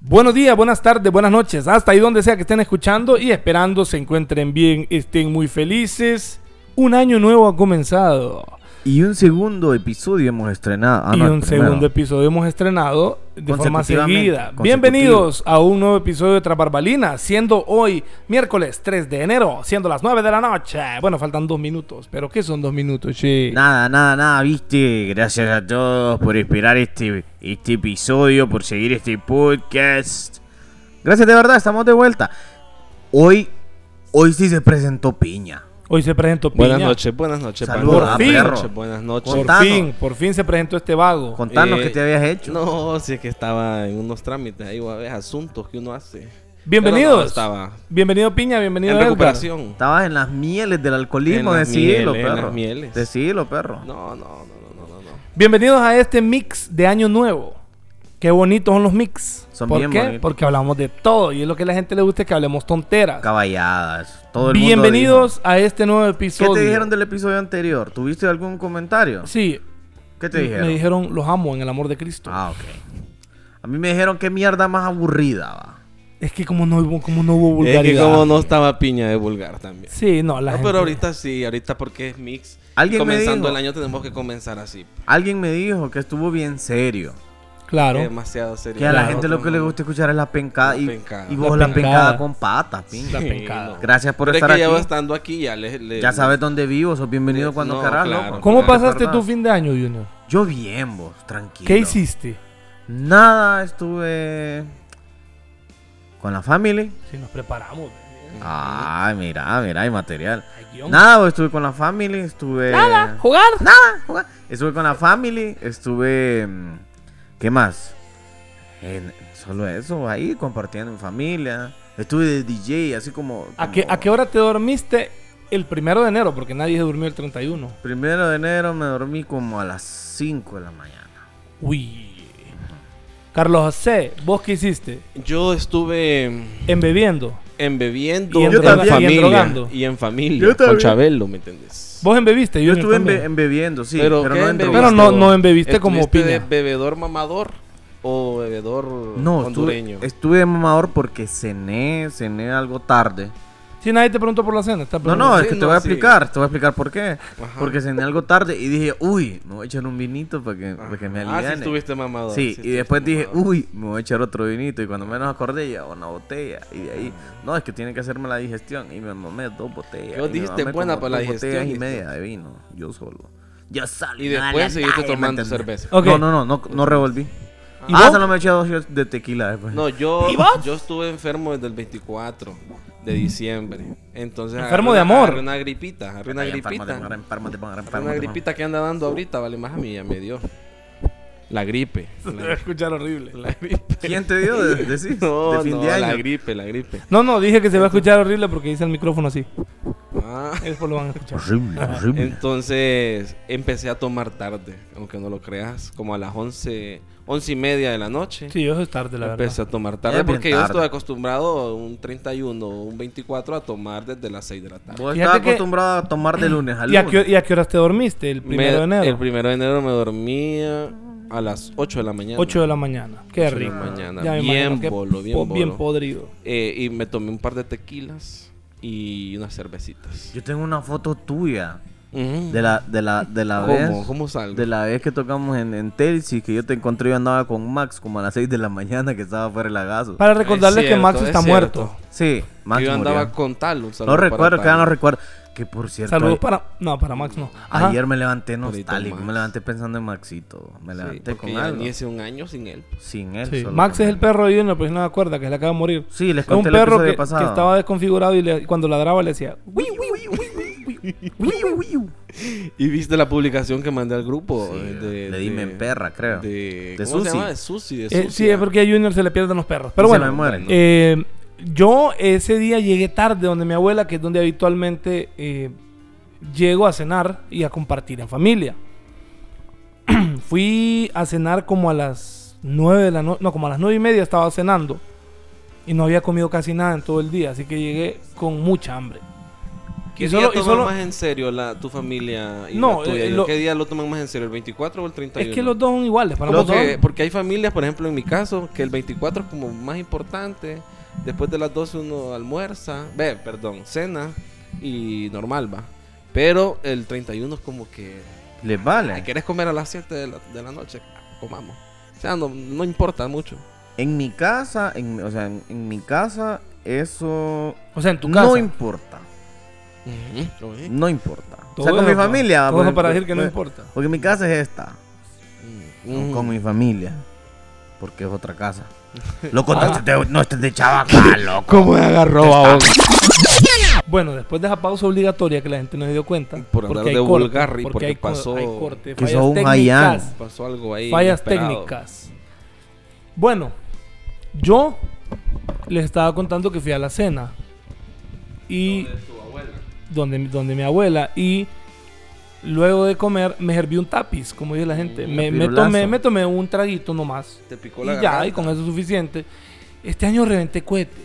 Buenos días, buenas tardes, buenas noches. Hasta ahí donde sea que estén escuchando y esperando se encuentren bien, estén muy felices. Un año nuevo ha comenzado. Y un segundo episodio hemos estrenado. Ah, y no, el un primero. segundo episodio hemos estrenado de forma Consecutivamente, seguida. consecutivo. Bienvenidos a un nuevo episodio de Trasbarbalina, siendo hoy miércoles 3 de enero, siendo las 9 de la noche. Bueno, faltan dos minutos, pero ¿qué son dos minutos, che? Nada, nada, nada, viste. Gracias a todos por esperar este, este episodio, por seguir este podcast. Gracias de verdad, estamos de vuelta. Hoy, hoy sí se presentó Piña. Hoy se presentó Piña. Buenas noches, buenas noches. Saludos, Pablo. ah, Buenas perro. noches, buenas noches. Por Contanos. fin, por fin se presentó este vago. Contanos Eh, qué te habías hecho. No, si es que estaba en unos trámites ahí, o a veces asuntos que uno hace. Bienvenidos. Pero no, estaba Bienvenido Piña, bienvenido en Edgar. recuperación. Estabas en las mieles del alcoholismo, En las decidilo, mieles, en perro. las mieles. Decidilo, perro. No, no, no, no, no, no, no. Bienvenidos a este mix de Año Nuevo. Qué bonitos son los mix. Son ¿Por bien qué? bonitos. Porque hablamos de todo y es lo que a la gente le gusta que hablemos tonteras. Caballadas. Todo el mundo Bienvenidos a este nuevo dijo. episodio. ¿Qué te dijeron del episodio anterior? ¿Tuviste algún comentario? Sí. ¿Qué te dijeron? Me dijeron, los amo en el amor de Cristo. Ah, ok. A mí me dijeron qué mierda más aburrida, va. Es que como no, hubo- como no hubo Es vulgaridad. que como no estaba piña de vulgar también. Sí, no, la No, gente- pero ahorita sí, ahorita porque es mix. Alguien me Comenzando dijo- el año tenemos que comenzar así. Alguien me dijo que estuvo bien serio. Claro. Es demasiado serio. Que a la Claro, gente lo que le gusta escuchar es la pencada. La y, pencada. y vos La la, pencada. pencada con patas, pin. La Sí, pencada. no. Gracias por Pero es estar que aquí. ya Ya, estando aquí, ya le, le- sabes dónde vivo, sos bienvenido cuando No, querrás, claro. loco. ¿Cómo No te pasaste perdás. tu fin de año, Junior? Yo bien, vos, tranquilo. ¿Qué hiciste? Nada, estuve con la family. Si nos preparamos. Ay, mira, mira, hay material. Ay, guión. Nada, vos, estuve con la family, estuve... Nada, jugar. Nada, jugar. Estuve con la family, estuve. mm, ¿Qué más? En- solo eso, ahí compartiendo en familia. Estuve de DJ, así como. ¿A qué, como- ¿A qué hora te dormiste el primero de enero? Porque nadie se durmió el 31. Primero de enero me dormí como a las 5 de la mañana. Uy. Carlos José, ¿vos qué hiciste? Yo estuve Embebiendo. embebiendo Y en en droga- y en drogando. familia. Y en familia. Yo Con también. Chabelo, ¿me entendés? ¿Vos embebiste? Yo Junior, estuve también? embe- embebiendo, sí, Pero, pero, ¿qué no en bebiste drogas. Pero no- vos? no embebiste como ¿Estuviste de piña. este bebedor mamador o bebedor No, hondureño? estuve, estuve de mamador porque cené, cené algo tarde. Si nadie te preguntó por la cena, está No, preguntando. no, sí, es que te no, voy a sí. explicar, te voy a explicar por qué. Ajá. Porque cené algo tarde y dije, uy, me voy a echar un vinito para que, para que me Ah, sí aliviane. estuviste mamador. Sí, y estuviste después dije, mamador. uy, me voy a echar otro vinito. Y cuando menos acordé, ya una botella. Y de ahí, no, es que tiene que hacerme la digestión. Y me mamé dos botellas. Vos y me dijiste, mamé buena como para la dos digestión, botellas y dijiste. media de vino, yo solo. Yo solo. Y no, la después seguiste calle, ¿me tomando entendés? cerveza. Ok. No, no, no, no, no revolví. ¿Y ah, vos? solo me eché dos shots de tequila después. No, yo, ¿Y vos? yo estuve enfermo desde el 24 de diciembre. Entonces, Enfermo agarré de una- amor. agarré Una gripita, agarré una Ay, enfermo, gripita. enfermo, enfermo, enfermo, Agarré enfermo, Una enfermo. gripita que anda dando ahorita, vale más a mí, ya me dio. La gripe. Se va a La, escuchar horrible. la gripe. ¿Quién te dio? De, decís, No, de fin no, de año. la gripe, la gripe. No, no, dije que se va a escuchar horrible porque hice el micrófono así. Ah. Después lo van a escuchar. Horrible, horrible. Entonces empecé a tomar tarde, aunque no lo creas, como a las 11, 11 y media de la noche. Sí, eso es tarde, la empecé verdad. a tomar tarde Es Eh, bien porque yo estoy tarde. acostumbrado un 31 o un 24 a tomar desde las 6 de la tarde. Vos Fíjate estás que- acostumbrado a tomar de lunes a ¿Y a, lunes. qué, ¿Y a qué horas te dormiste? El primero Me- de enero. El primero de enero me dormía a las 8 de la mañana. 8 de la mañana. Qué Ocho de rico. la mañana. me Bien imagino que bolo, bien po- bien bolo. podrido. Eh, y me tomé un par de tequilas y unas cervecitas. Yo tengo una foto tuya. Ujú. De la, de la, de la ¿Cómo? vez. ¿Cómo salgo? De la vez que tocamos en, en Telsi, que yo te encontré, yo andaba con Max como a las 6 de la mañana que estaba fuera del lagazo. Para recordarles Es que Max cierto, está es muerto. cierto. Sí, Max. Que yo andaba murió. con tal. un saludo No para recuerdo, que ya Tal. no recuerdo. Que por cierto. Saludos a- para. No, para Max no. Ajá. Ayer me levanté Pobrecito nostálgico, me Max. levanté pensando en Maxito. Me Sí, levanté porque con ya algo. venía hace un año sin él. Sin él. Sí, solo Max con es él. el perro de Junior, pero no me acuerda que se le acaba de morir. Sí, les Es un conté perro el que, episodio que pasado. estaba desconfigurado y le- cuando ladraba le decía. "Uy". Y viste la publicación que mandé al grupo. Sí, eh, de, le dime de- en perra, creo. De, De ¿cómo se Susi. llama? De Susi. De Eh, Susi, sí, es ah. porque a Junior se le pierden los perros. Pero Y se bueno, me mueren. eh, yo ese día llegué tarde donde mi abuela, que es donde habitualmente eh, llego a cenar y a compartir en familia. Fui a cenar como a las 9 de la noche, no, como a las nueve y media estaba cenando y no había comido casi nada en todo el día, así que llegué con mucha hambre. ¿Qué Y día solo- y toman solo- más en serio la, tu familia y No, la tuya? eh, ¿Y lo- ¿Qué día lo toman más en serio? ¿El 24 o el 31? Es que los dos son iguales para Como nosotros. que- porque hay familias, por ejemplo, en mi caso, que el 24 es como más importante. Después de las 12 uno almuerza, ve, perdón, cena y normal va. Pero el 31 es como que, Les vale. ay, ¿quieres comer a las 7 de la, de la noche? Comamos. O sea, no, no importa mucho. En mi casa, en, mi- o sea, en, en mi casa eso O sea, en tu casa. no importa. No importa. Todo o sea, con eso mi pa- familia. todo por eso para decir ejemplo, que no pues, importa. Porque mi casa es esta. Mm. Con mi familia. Porque es otra casa. Loco, Ah. no estés de, no estés de chabaca, loco. ¿Cómo me agarró a Bueno, después de esa pausa obligatoria que la gente no se dio cuenta. Por andar hay de corte, vulgar y porque hay co- pasó- hay corte, que fallas sos un técnicas. Hayán. Pasó algo ahí. Fallas inesperado. técnicas. Bueno, yo les estaba contando que fui a la cena. Y. Donde, donde mi abuela. Y luego de comer me serví un tapiz, como dice la gente. Mm, me, un me pirulazo. tomé, me tomé un traguito nomás. Te picó la Y ya, y garganta. con eso es suficiente. Este año reventé cohetes.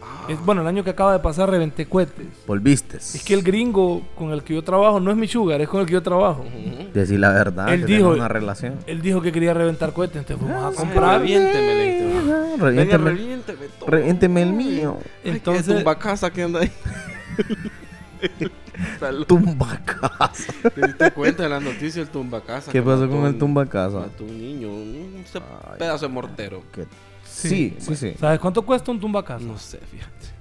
Ah. Es, bueno, el año que acaba de pasar reventé cohetes. Volviste. Es que el gringo con el que yo trabajo no es mi sugar, es con el que yo trabajo. Ujú. Decir la verdad. Él que dijo- tenemos una relación. Él dijo que quería reventar cohetes, entonces fuimos a Ay, comprar. reviénteme, le dije. Ah, Venga, Reviénteme, reviénteme todo. reviénteme el mío. Entonces, Entonces, tumba casa que anda ahí. Tumba casa. ¿Te diste cuenta de las noticias del tumba casa? ¿Qué que pasó mató con un- el tumba casa? Mató un niño, un ese Ay. pedazo de mortero. Que- Sí, sí, sí. ¿sabes cuánto cuesta un tumbacas? No sé, fíjate.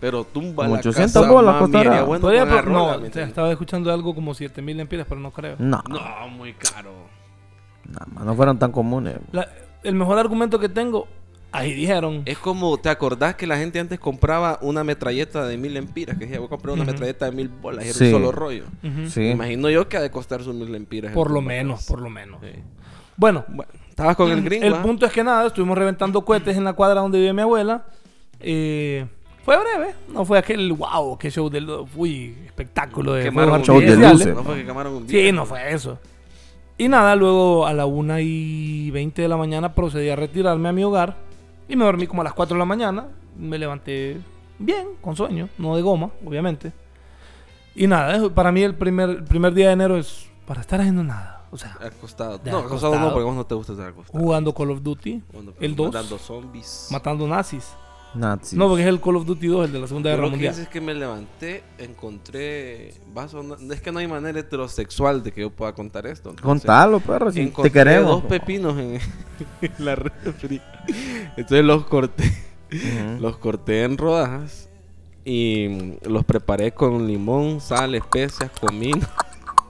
Pero tumba Como la 800 casa, bolas mami, costará. era bueno Todavía con la pro- pues, no, rola, ¿me o sea, entiendes? estaba escuchando algo como 7000 lempiras, pero no Mm. creo. No, no, No, muy caro. ma, no fueran tan comunes. La- el mejor argumento que tengo, ahí dijeron. Es como, ¿te acordás que la gente antes compraba una metralleta de mil empiras? Que decía, voy a comprar una Ujú. metralleta de mil bolas y era Sí. un solo rollo. Ujú. Sí. Me imagino yo que ha de costar sus mil empiras. el Por lo tumba menos, casa. por lo menos. Sí. Bueno, Bueno, estabas con el gringo. Mm, el ah? punto es que nada, estuvimos reventando cohetes en la cuadra donde vive mi abuela. Eh, fue breve, no fue aquel wow, qué show del uy, espectáculo de Mm, ¿eh? Quemaron un fuegos show de artificiales. luces. No fue que quemaron un Sí, no fue eso. Y nada, luego a la 1 y 20 de la mañana procedí a retirarme a mi hogar y me dormí como a las 4 de la mañana. Me levanté bien, con sueño, no de goma, obviamente. Y nada, eh, para mí el primer, el primer día de enero es para estar haciendo nada. O sea, Acostado. De no, acostado, acostado. no, porque vos no te gusta estar acostado. jugando Call of Duty, Cuando- el 2, Matando zombies. matando nazis. Nazis. No, porque es el Call of Duty 2, el de la Segunda Yo Guerra lo que Mundial. hice es que me levanté, encontré vaso. no- Es que no hay manera heterosexual de que yo pueda contar esto. entonces, Contalo, perro, si te encontré queremos. dos pepinos en, en la refri. Entonces los corté, Ujú. los corté en rodajas y los preparé con limón, sal, especias, comino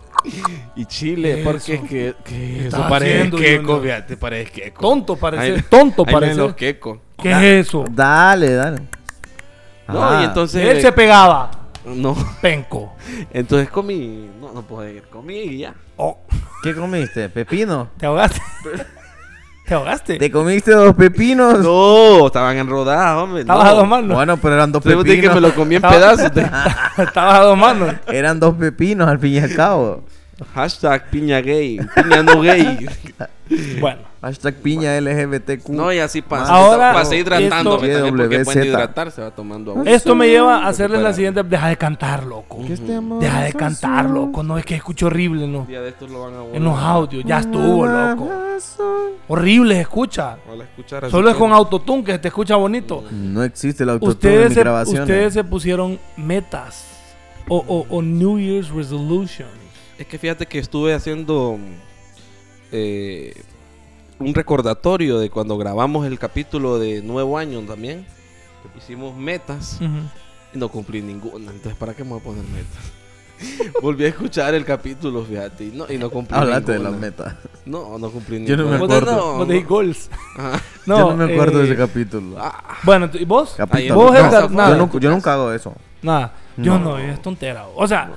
y chile. ¿Qué Porque eso? es que, que eso estás parece haciendo, queco, Junior? fíjate, parece queco. Tonto parece, Ahí- tonto Ahí ven parece. los quecos. ¿Qué es eso? Dale, dale. No, Ajá. y entonces. Él se pegaba, No, penco. entonces comí. No, no puedo ir. Comí y ya. Oh. ¿Qué comiste? ¿Pepino? ¿Te ahogaste? ¿Te ahogaste? ¿Te comiste dos pepinos? No, estaban enrodados, hombre. Estabas a no. dos manos. Bueno, pero eran dos Entonces vos tenés pepinos. que me lo comí en Estaba- pedazos. de- Estabas a dos manos. Eran dos pepinos al fin y al cabo. Hashtag piña gay. Piña no gay. Bueno. Hashtag piña LGBTQ. No, y así pasa. Ahora, pasé hidratándome esto- también porque pueden WZ. hidratar, se va tomando agua. Esto me lleva a hacerles Recupera. la siguiente. Deja de cantar, loco. Pues Que este amor Deja de es cantar, azul. loco. No es que escucho horrible, ¿no? Un día de estos lo van a borrar. En los audios. Ya estuvo, loco. Azul. Horrible se escucha. Van a escuchar así Solo es que- con autotune que se te escucha bonito. No existe el autotune en Ustedes mis se, grabaciones. ustedes se pusieron metas o, o- o New Year's Resolutions. Es que fíjate que estuve haciendo mm, eh, un recordatorio de cuando grabamos el capítulo de Nuevo Año también. Hicimos metas. Y No cumplí ninguna, entonces ¿para qué me voy a poner metas? Volví a escuchar el capítulo, fíjate, y no, y no cumplí Hablaste de ninguna. las metas. No, no cumplí Yo no me Vos ninguna. Pues de- acuerdo. no, vos de goals. Ajá. No, Yo no me acuerdo de eh, ese capítulo. Ah, Bueno, ¿y vos? capítulo. vos, No, Edgar, yo nada. nunca- yo nunca hago eso. Nada. Yo No. no, es tontera. O sea,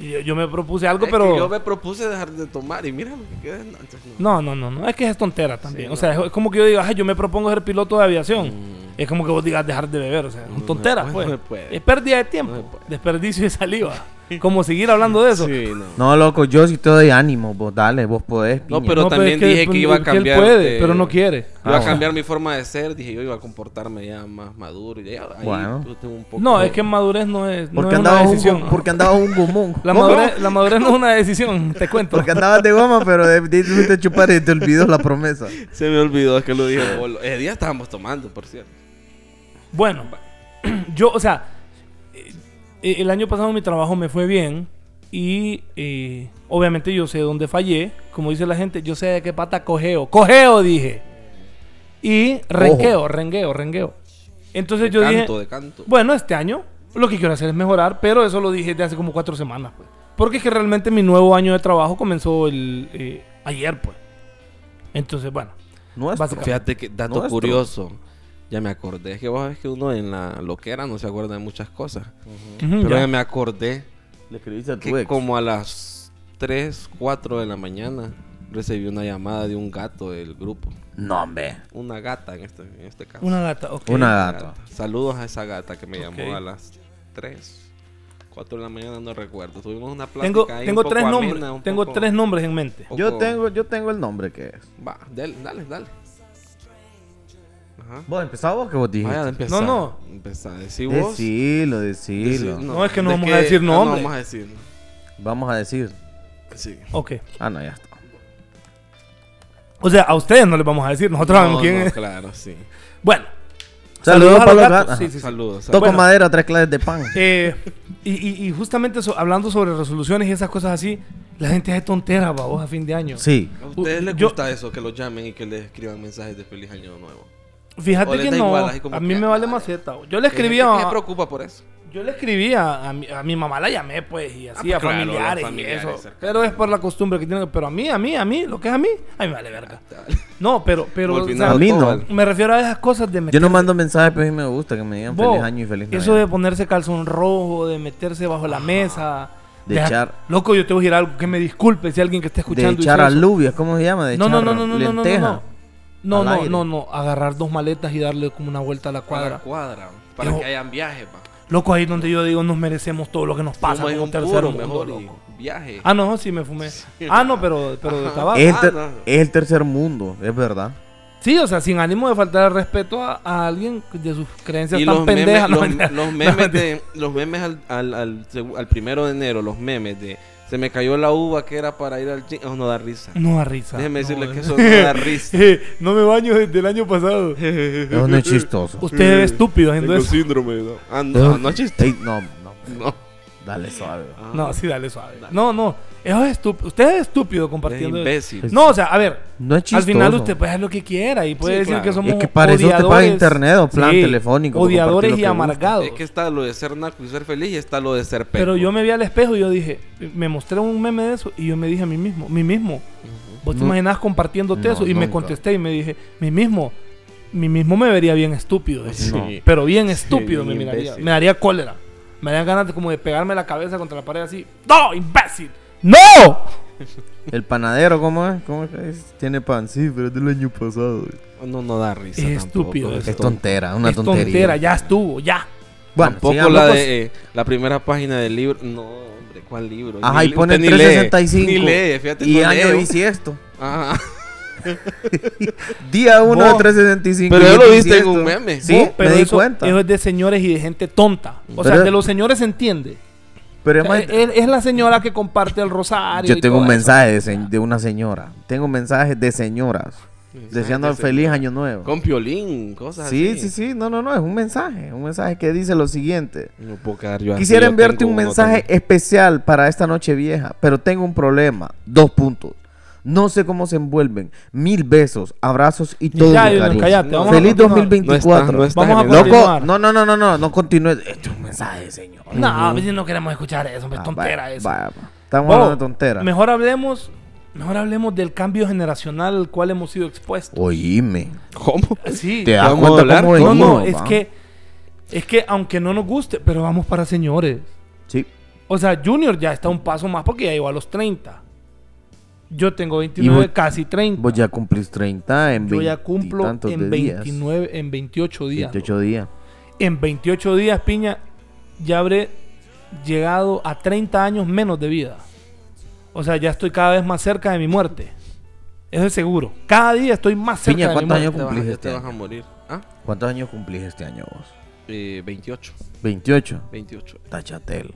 yo, yo me propuse algo, es pero. que yo me propuse dejar de tomar y mira lo que quedé. No, entonces no. No, no, no, no. Es que es tontera también. Sí, o sea, es, es como que yo diga, ay, yo me propongo ser piloto de aviación. Mm. Es como que vos digas dejar de beber. O sea, No, son tonteras, no pues. se puede, no se puede. Es pérdida de tiempo. No se puede. Desperdicio de saliva. como seguir hablando de eso. Sí, no. No, loco, yo sí te doy ánimo, vos dale, vos podés. No, piña. pero también pues, es dije que iba a él cambiar puede, de- pero no quiere. Ah, Iba a bueno. cambiar mi forma de ser, dije yo iba a comportarme ya más maduro. y ya ahí Bueno. yo tengo un poco- No, es que madurez no es, no Porque es una andabas un, decisión. gom- porque andabas un gomón. la, ¿Cómo? madurez, la madurez no es una decisión, te cuento. Porque andabas de goma, pero de, de, fuiste a chupar y te olvidó la promesa. Se me olvidó, es que lo dije. bolo. Ese día estábamos tomando, por cierto. Bueno, yo, o sea, eh, eh, el año pasado mi trabajo me fue bien y eh, obviamente yo sé dónde fallé. Como dice la gente, yo sé de qué pata cojeo. ¡Cojeo! dije. Y renqueo, rengueo, rengueo. Entonces De yo dije, canto, de canto. bueno, este año lo que quiero hacer es mejorar, pero eso lo dije de hace como cuatro semanas, pues. Porque es que realmente mi nuevo año de trabajo comenzó el, eh, ayer, pues. Entonces, bueno. Nuestro. Básica- Fíjate que dato Nuestro. curioso. Ya me acordé. Es que vos sabés que uno en la loquera no se acuerda de muchas cosas. Ujú, Pero ya. Mm, ya. me acordé Le escribiste a tu que ex. como a las 3, 4 de la mañana recibí una llamada de un gato del grupo. No, hombre. Una gata en este, en este caso. Una gata, ok. Una gata. Saludos a esa gata que me llamó Ok. a las 3, 4 de la mañana, no recuerdo. Tuvimos una plática Tengo, ahí un tengo poco tres amena, nombres. un tengo poco- tres nombres en mente. poco- Yo tengo, yo tengo el nombre que es. Va, dale, dale, dale. Ajá. ¿Vos empezás vos que vos dijiste? Vaya, empezá. No, no. Empezá, decí vos. Decilo, decí- decilo. No, es que no vamos a decir ah, nombres. No vamos a decir. Vamos a decir. Sí. Ok. Ah, no, ya está. O sea, a ustedes no les vamos a decir, nosotros sabemos No, quién no, es. Claro, sí. Bueno. Saludos para los gatos. Sí, sí, sí. Saludos. Toco Bueno. madera, tres claves de pan. Eh, y, y- y justamente so- hablando sobre resoluciones y esas cosas así, la gente hace tonteras, babos, a fin de año. Sí. ¿A ustedes les Yo- gusta eso? Que los llamen y que les escriban mensajes de feliz año nuevo. O Fíjate les que da no. igual, así como a mí que, me vale ah, maceta. bo. Yo le escribía ¿Qué se preocupa por eso? Yo le escribía a mi, a mi mamá, la llamé pues, y así, Ah, a pues, claro, familiares, los familiares y eso. cercanos. Pero es por la costumbre que tienen. Pero a mí, a mí, a mí, lo que es a mí, a mí me vale verga. No, pero, pero Como al o sea, final a mí todo no. vale. me refiero a esas cosas de Yo meter- no mando mensajes, pero sí me gusta que me digan Bo, feliz año y feliz Navidad. Ah, Eso de ponerse calzón rojo, de meterse bajo la mesa. De echar- Loco, yo te voy a decir algo que me disculpe si alguien que está De escuchando. hizo echar eso. alubias, ¿cómo se llama? De No, no, echar no, no, no, no, no, lenteja. no. No, al no, aire. no, no. Agarrar dos maletas y darle como una vuelta a la Cuadra. cuadra. Cuadra. Para Yo- que hayan viajes, pa. Loco, ahí donde yo digo, nos merecemos todo lo que nos pasa Fumo en como un tercer puro mundo, mejor y loco. viaje. Ah, no, sí me fumé. Ah, no, pero, pero de tabaco. Es, el ter- Ah, no. es el tercer mundo, es verdad. Sí, o sea, sin ánimo de faltar al respeto a, a alguien de sus creencias y tan los pendejas. memes, no, los, mentira. los memes, de, los memes al, al, al seg- al primero de enero, los memes de se me cayó la uva que era para ir al gym, oh, no da risa. No da risa. Déjeme decirle no, Eh, que eso no da risa. no me baño desde el año pasado. Eso no es chistoso. Usted es estúpido haciendo Tengo eso. síndrome. ¿no? Ah, no, no chiste. Ey, no, no, No. dale suave. Ah, No, sí, dale suave. No, no. Eh, Eso es estúpido. Usted es estúpido es compartiendo. imbécil. No, o sea, a ver. No es Al chistoso. final usted puede hacer lo que quiera y puede Sí, decir claro. que somos Es que para eso usted paga odiadores. internet o plan telefónico, compartir Odiadores lo y que amargados. Es que está lo de ser narco y ser feliz y está lo de ser peco. Pero yo me vi al espejo y yo dije, me mostré un meme de eso y yo me dije a mí mismo, mí mismo, ¿vos te No. imaginás compartiéndote No, eso? Y me nunca. contesté y me dije, mí mismo, mí mismo me vería bien estúpido. dije. No. Pero bien estúpido bien me miraría. imbécil. Me daría cólera. Me darían ganas de, como de pegarme la cabeza contra la pared así. ¡No, imbécil! ¡No! El panadero, ¿cómo es? ¿Cómo es que es? Tiene pan, sí, pero es del año pasado. No, no da risa. Es tampoco, estúpido es eso. Es tonto. tontera, una es tontería. tontera, ya estuvo, ya. Bueno, Tampoco sigamos. pues. la de eh, la primera página del libro. No, hombre, ¿cuál libro? Ajá, y le- ponen usted ni lee, 365. Ni lee, fíjate. Y no año leo. bisiesto. Ajá. Día 1 de Vos- 365. Pero ya lo viste bisiesto. en un meme. Sí, Vos, me di Oh, eso- cuenta. Eso es de señores y de gente tonta. O sea, Pero- de los señores se entiende. Pero O sea, es más, es, es la señora que comparte el rosario. yo y tengo todo un eso. mensaje de, se- de una señora. Tengo mensajes de señoras. Deseando de feliz año nuevo. Con piolín, cosas Sí, así. sí, sí, no, no, no, es un mensaje, un mensaje que dice lo siguiente. No puedo quedar yo así, Quisiera yo enviarte tengo un uno mensaje también. especial para esta noche vieja, pero tengo un problema, dos puntos. No sé cómo se envuelven. Mil besos, abrazos y todo ya, mi Dylan, cariño. cállate, vamos a Feliz continuar. 2024. No está- Vamos a Loco, continuar. Loco, no, no, no, no, no, no continúes. Esto es un mensaje, señor. No, a veces no queremos escuchar eso, hombre, es Ah, tontera vaya, eso. vaya, vaya. Estamos Bobo, hablando de tontera. Mejor hablemos, mejor hablemos del cambio generacional al cual hemos sido expuestos. Oíme. ¿Cómo? Sí. ¿Te das vamos a cuenta hablar? cómo no, no, venimos, es va? que es que aunque no nos guste, pero vamos para señores. Sí. O sea, Junior ya está un paso más porque ya llegó a los 30. Yo tengo 29, vos- casi 30. Vos ya cumplís 30 en Yo 20 ya cumplo tantos en de días. 29, en 28 días. 28 días. En 28 días, piña, ya habré llegado a 30 años menos de vida. O sea, ya estoy cada vez más cerca de mi muerte. Eso es seguro. Cada día estoy más cerca Piña, de mi ¿cuántos muerte. años te vas, cumplís ya este te vas a año? morir. ¿Ah? ¿Cuántos años cumplís este año vos? Eh, 28. 28. 28. Tachatel.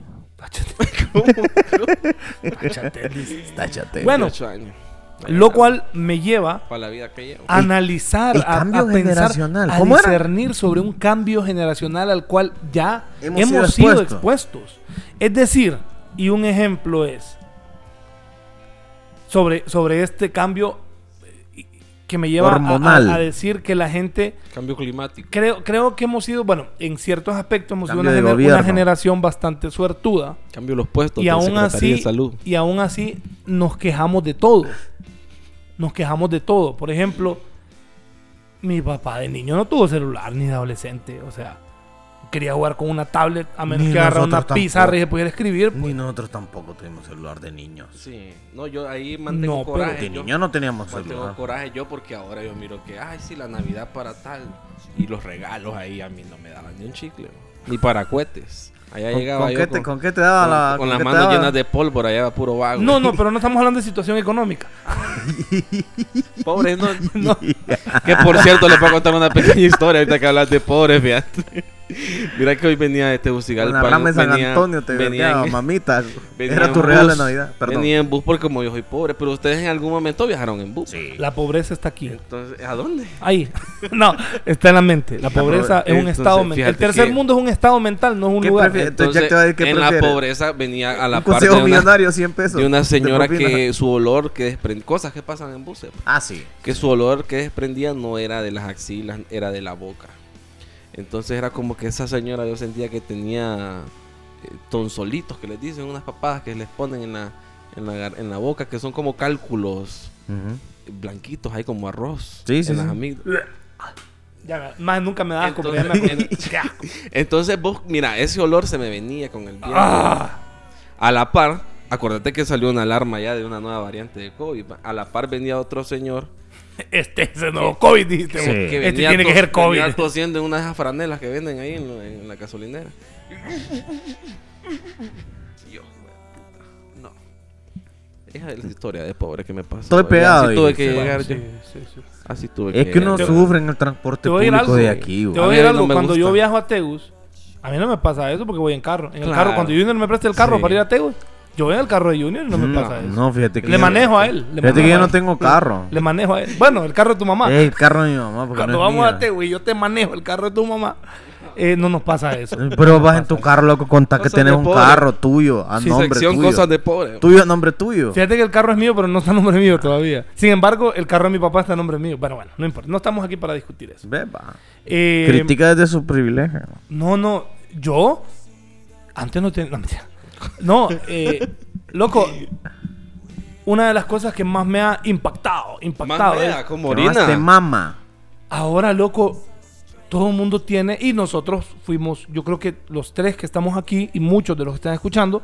Tachatel. Bueno, 28 años. lo cual me lleva Para la vida que llevo. a analizar, el a, a cambio pensar, generacional. a ¿Cómo era? discernir sobre un cambio generacional al cual ya Hemos hemos, sido sido, expuestos. expuestos. Es decir, y un ejemplo es sobre, sobre este cambio eh, que me lleva a- a, Hormonal. a decir que la gente Cambio climático. creo, creo que hemos sido, bueno, en ciertos aspectos hemos sido Cambio una, de gener- una gobierno. generación bastante suertuda. Cambio los puestos. Y de aún, Secretaría así, de salud. y aún así nos quejamos de todo. Nos quejamos de todo. Por ejemplo, mi papá de niño no tuvo celular ni de adolescente. O sea, quería jugar con una tablet a menos Ni que agarrara una nosotros tampoco. pizarra y se pudiera escribir. Ni nosotros tampoco tuvimos celular de niños. Sí. No, yo ahí mantengo No, pero coraje. De yo- niños no teníamos Mantengo celular. coraje yo porque ahora yo miro que, ay, sí, la Navidad para tal. Y los regalos ahí a mí no me daban ni un chicle. Ni para cohetes. Allá ¿Con, llegaba con yo qué te, con, ¿Con qué te daba con- la.? con las qué te manos daba? llenas de pólvora, allá puro vago. No, no, pero no estamos hablando de situación económica. Pobre, no, no. que por cierto, les voy a contar una pequeña historia ahorita que hablas de pobre, fíjate. Mira que hoy venía de Con Tegucigalpa. la rama de San venía- Antonio te venía venía, en- mamita. venía Era en tu regalo de bus, Navidad. Perdón. Venía en bus porque como yo soy pobre, pero ustedes en algún momento viajaron en bus. Sí. La pobreza está aquí. Entonces, ¿a dónde? Ahí. No, está en la mente. La pobreza es un Entonces, estado mental. El fíjate tercer que- mundo es un estado mental, no es un ¿Qué lugar. prefieres? Entonces, Entonces, Jack te va a decir qué en la prefieres. pobreza venía a la Un parte consejo de una, millonario, 100 pesos. de una de señora propina. que su olor que desprendía, cosas que pasan en buses, pues, Ah, sí. que su olor que desprendía no era de las axilas, era de la boca. Entonces era como que esa señora yo sentía que tenía eh, tonsolitos que les dicen unas papadas que les ponen en la, en la, gar- en la boca que son como cálculos blanquitos ahí como arroz Sí, sí, en las sí. amígdalas. Ya, más nunca me da asco, pero ya me Entonces- acordé. Qué asco. Entonces vos, mira, ese olor se me venía con el viento. Ah. A la par, acordate que salió una alarma ya de una nueva variante de COVID. va. A la par venía otro señor Este es el nuevo COVID, dijiste. Sí. vos. que Este venía tiene que tos- ser COVID. venía tosiendo en una de esas franelas que venden ahí en, lo- en la gasolinera. Y Yo, güey, puta, no. Esa es la historia de pobre que me pasó. Estoy Ya pegado, Así tuve dice. que llegar yo. Así tuve Es que uno llegar yo. sufre en el transporte Te voy a ir Este público algo. de güey. aquí, te voy güey. a A mí decir no algo. me cuando gusta. yo viajo a Tegus, a mí no me pasa eso porque voy en carro. En el Claro. carro, cuando Junior me presta el carro Sí. para ir a Tegus, yo voy en el carro de Junior y no me Mm, pasa eso. No, fíjate que. le yo- manejo a él. Le Fíjate manejo que yo a no él. tengo carro. Le manejo a él. Bueno, el carro de tu mamá. Es el carro de mi mamá. Porque cuando no es vamos a mía. Tegus y yo te manejo el carro de tu mamá, eh, no nos pasa eso. Pero vas en tu carro, loco, contá que Cosas tenés de un pobre. carro tuyo, a Sí, nombre sección tuyo. cosas de pobre. Tuyo a nombre tuyo. Fíjate que el carro es mío, pero no está a nombre mío todavía. Sin embargo, el carro de mi papá está a nombre mío. Bueno, bueno, no importa. No estamos aquí para discutir eso. Beba. Eh, Critica desde su privilegio. No, no, yo antes no tenía. No, mentira. No, eh, loco, una de las cosas que más me ha impactado, impactado. Más es- mea, como Que más orina. eh. te mama. ahora, loco, todo el mundo tiene, y nosotros fuimos, yo creo que los tres que estamos aquí y muchos de los que están escuchando,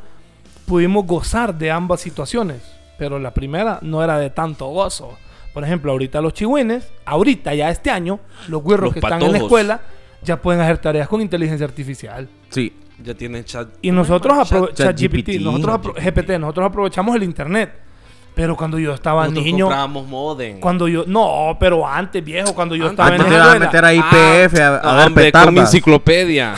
pudimos gozar de ambas situaciones, pero la primera no era de tanto gozo. Por ejemplo, ahorita los chihuines, ahorita ya este año, los güirros Los que están en la patojos. escuela ya pueden hacer tareas con inteligencia artificial. Sí. Ya tienen chat. Y nosotros aprovechamos Chat- ChatGPT, nosotros apro- GPT, nosotros aprovechamos el internet. Pero cuando yo estaba Nosotros niño, comprábamos modem. cuando yo no, pero antes viejo, cuando yo Antes estaba en Antes la te vas a escuela, meter a IPF a, a Ah, ver hombre, con mi petardas. enciclopedia.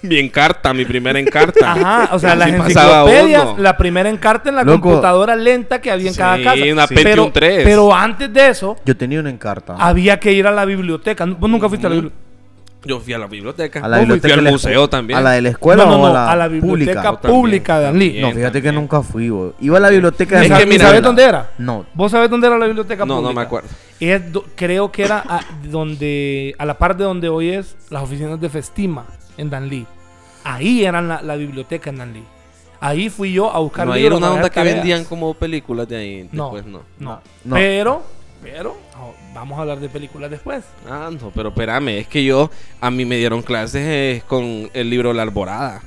mi encarta, mi primera encarta. Ajá, o sea, las Así pasaba enciclopedias, uno. la primera encarta en la Loco. computadora lenta que había en Sí, cada casa. una Sí. pero, Pentium 3. pero antes de eso, Yo tenía una encarta. Ah, había que ir a la biblioteca. ¿Vos nunca fuiste a la Ujú. biblioteca? Yo fui a la biblioteca. a la Vos biblioteca. fui de al la museo escu- también. ¿A la de la escuela No, no, o a no, la, a la biblioteca pública? Yo también, pública de Anlí. también, No, fíjate que también. nunca fui, güey. Iba a la biblioteca de Es San que ¿Sabes- mira, ¿Sabes la- dónde era? No. ¿Vos sabés dónde era la biblioteca? No, no pública? me acuerdo. Es do- creo que era a, donde, a la par de donde hoy es las oficinas de Festima en Danlí. Ahí era la, la biblioteca en Danlí. Ahí fui yo a buscar No, ahí libros era una para onda hacer que tareas. vendían como películas de ahí. No, Después no. no, No. Pero, pero, no, vamos a hablar de películas después. Ah, no, pero espérame, es que yo, a mí me dieron clases eh, con el libro La Alborada.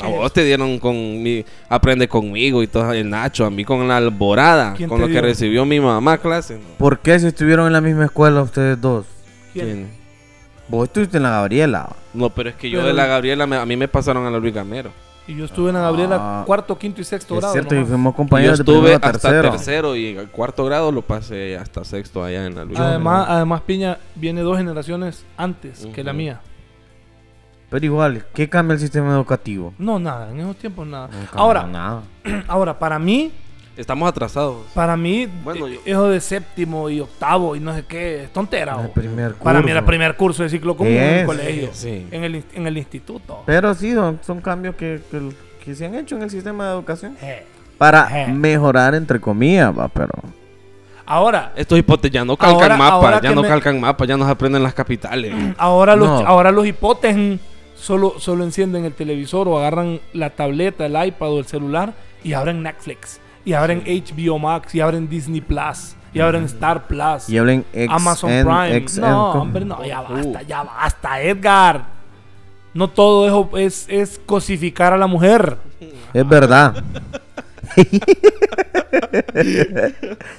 A ¿Qué vos te dieron con mi, aprende conmigo y todo, el Nacho, a mí con la Alborada, ¿Quién con te lo que dio? recibió mi mamá clases. ¿no? ¿Por qué si estuvieron en la misma escuela ustedes dos? ¿Quién? Vos estuviste en la Gabriela. No, pero es que yo Pero- de la Gabriela, me- a mí me pasaron a la Luis Gamero. Y yo estuve en Ana Gabriela Ah. cuarto, quinto y sexto Es grado. cierto, y nomás. fuimos Yo compañeros de estuve primero a hasta tercero. tercero. y en cuarto grado lo pasé hasta sexto allá en la Luis. además, además, Piña viene dos generaciones antes que la Ujú. mía. Pero igual, ¿qué cambia el sistema educativo? No, nada, en esos tiempos nada. No cambia ahora, nada. ahora, para mí, Estamos atrasados. para mí, Bueno, eh, yo- eso de séptimo y octavo y no sé qué, es tontera. El bo. primer Para mí curso. era primer curso de ciclo común en Es. el colegio, Sí. en, el, inst- en el instituto. Pero sí, son, son cambios que, que- que se han hecho en el sistema de educación. Eh. Para Eh. mejorar, entre comillas, va, pero... Ahora, Estos hipotes ya no calcan Ahora- mapas, ahora ya que no me- calcan mapas, ya nos aprenden las capitales. ahora los, No. ahora los hipotes mm, solo, solo encienden el televisor o agarran la tableta, el iPad o el celular y abren Netflix, y abren HBO Max, y abren Disney Plus, y abren Star Plus, Y hablen ex, Amazon en- Prime. ex- no, en- hombre, no, ya Uh. basta, ya basta, Edgar. No todo eso es, es cosificar a la mujer. Es verdad.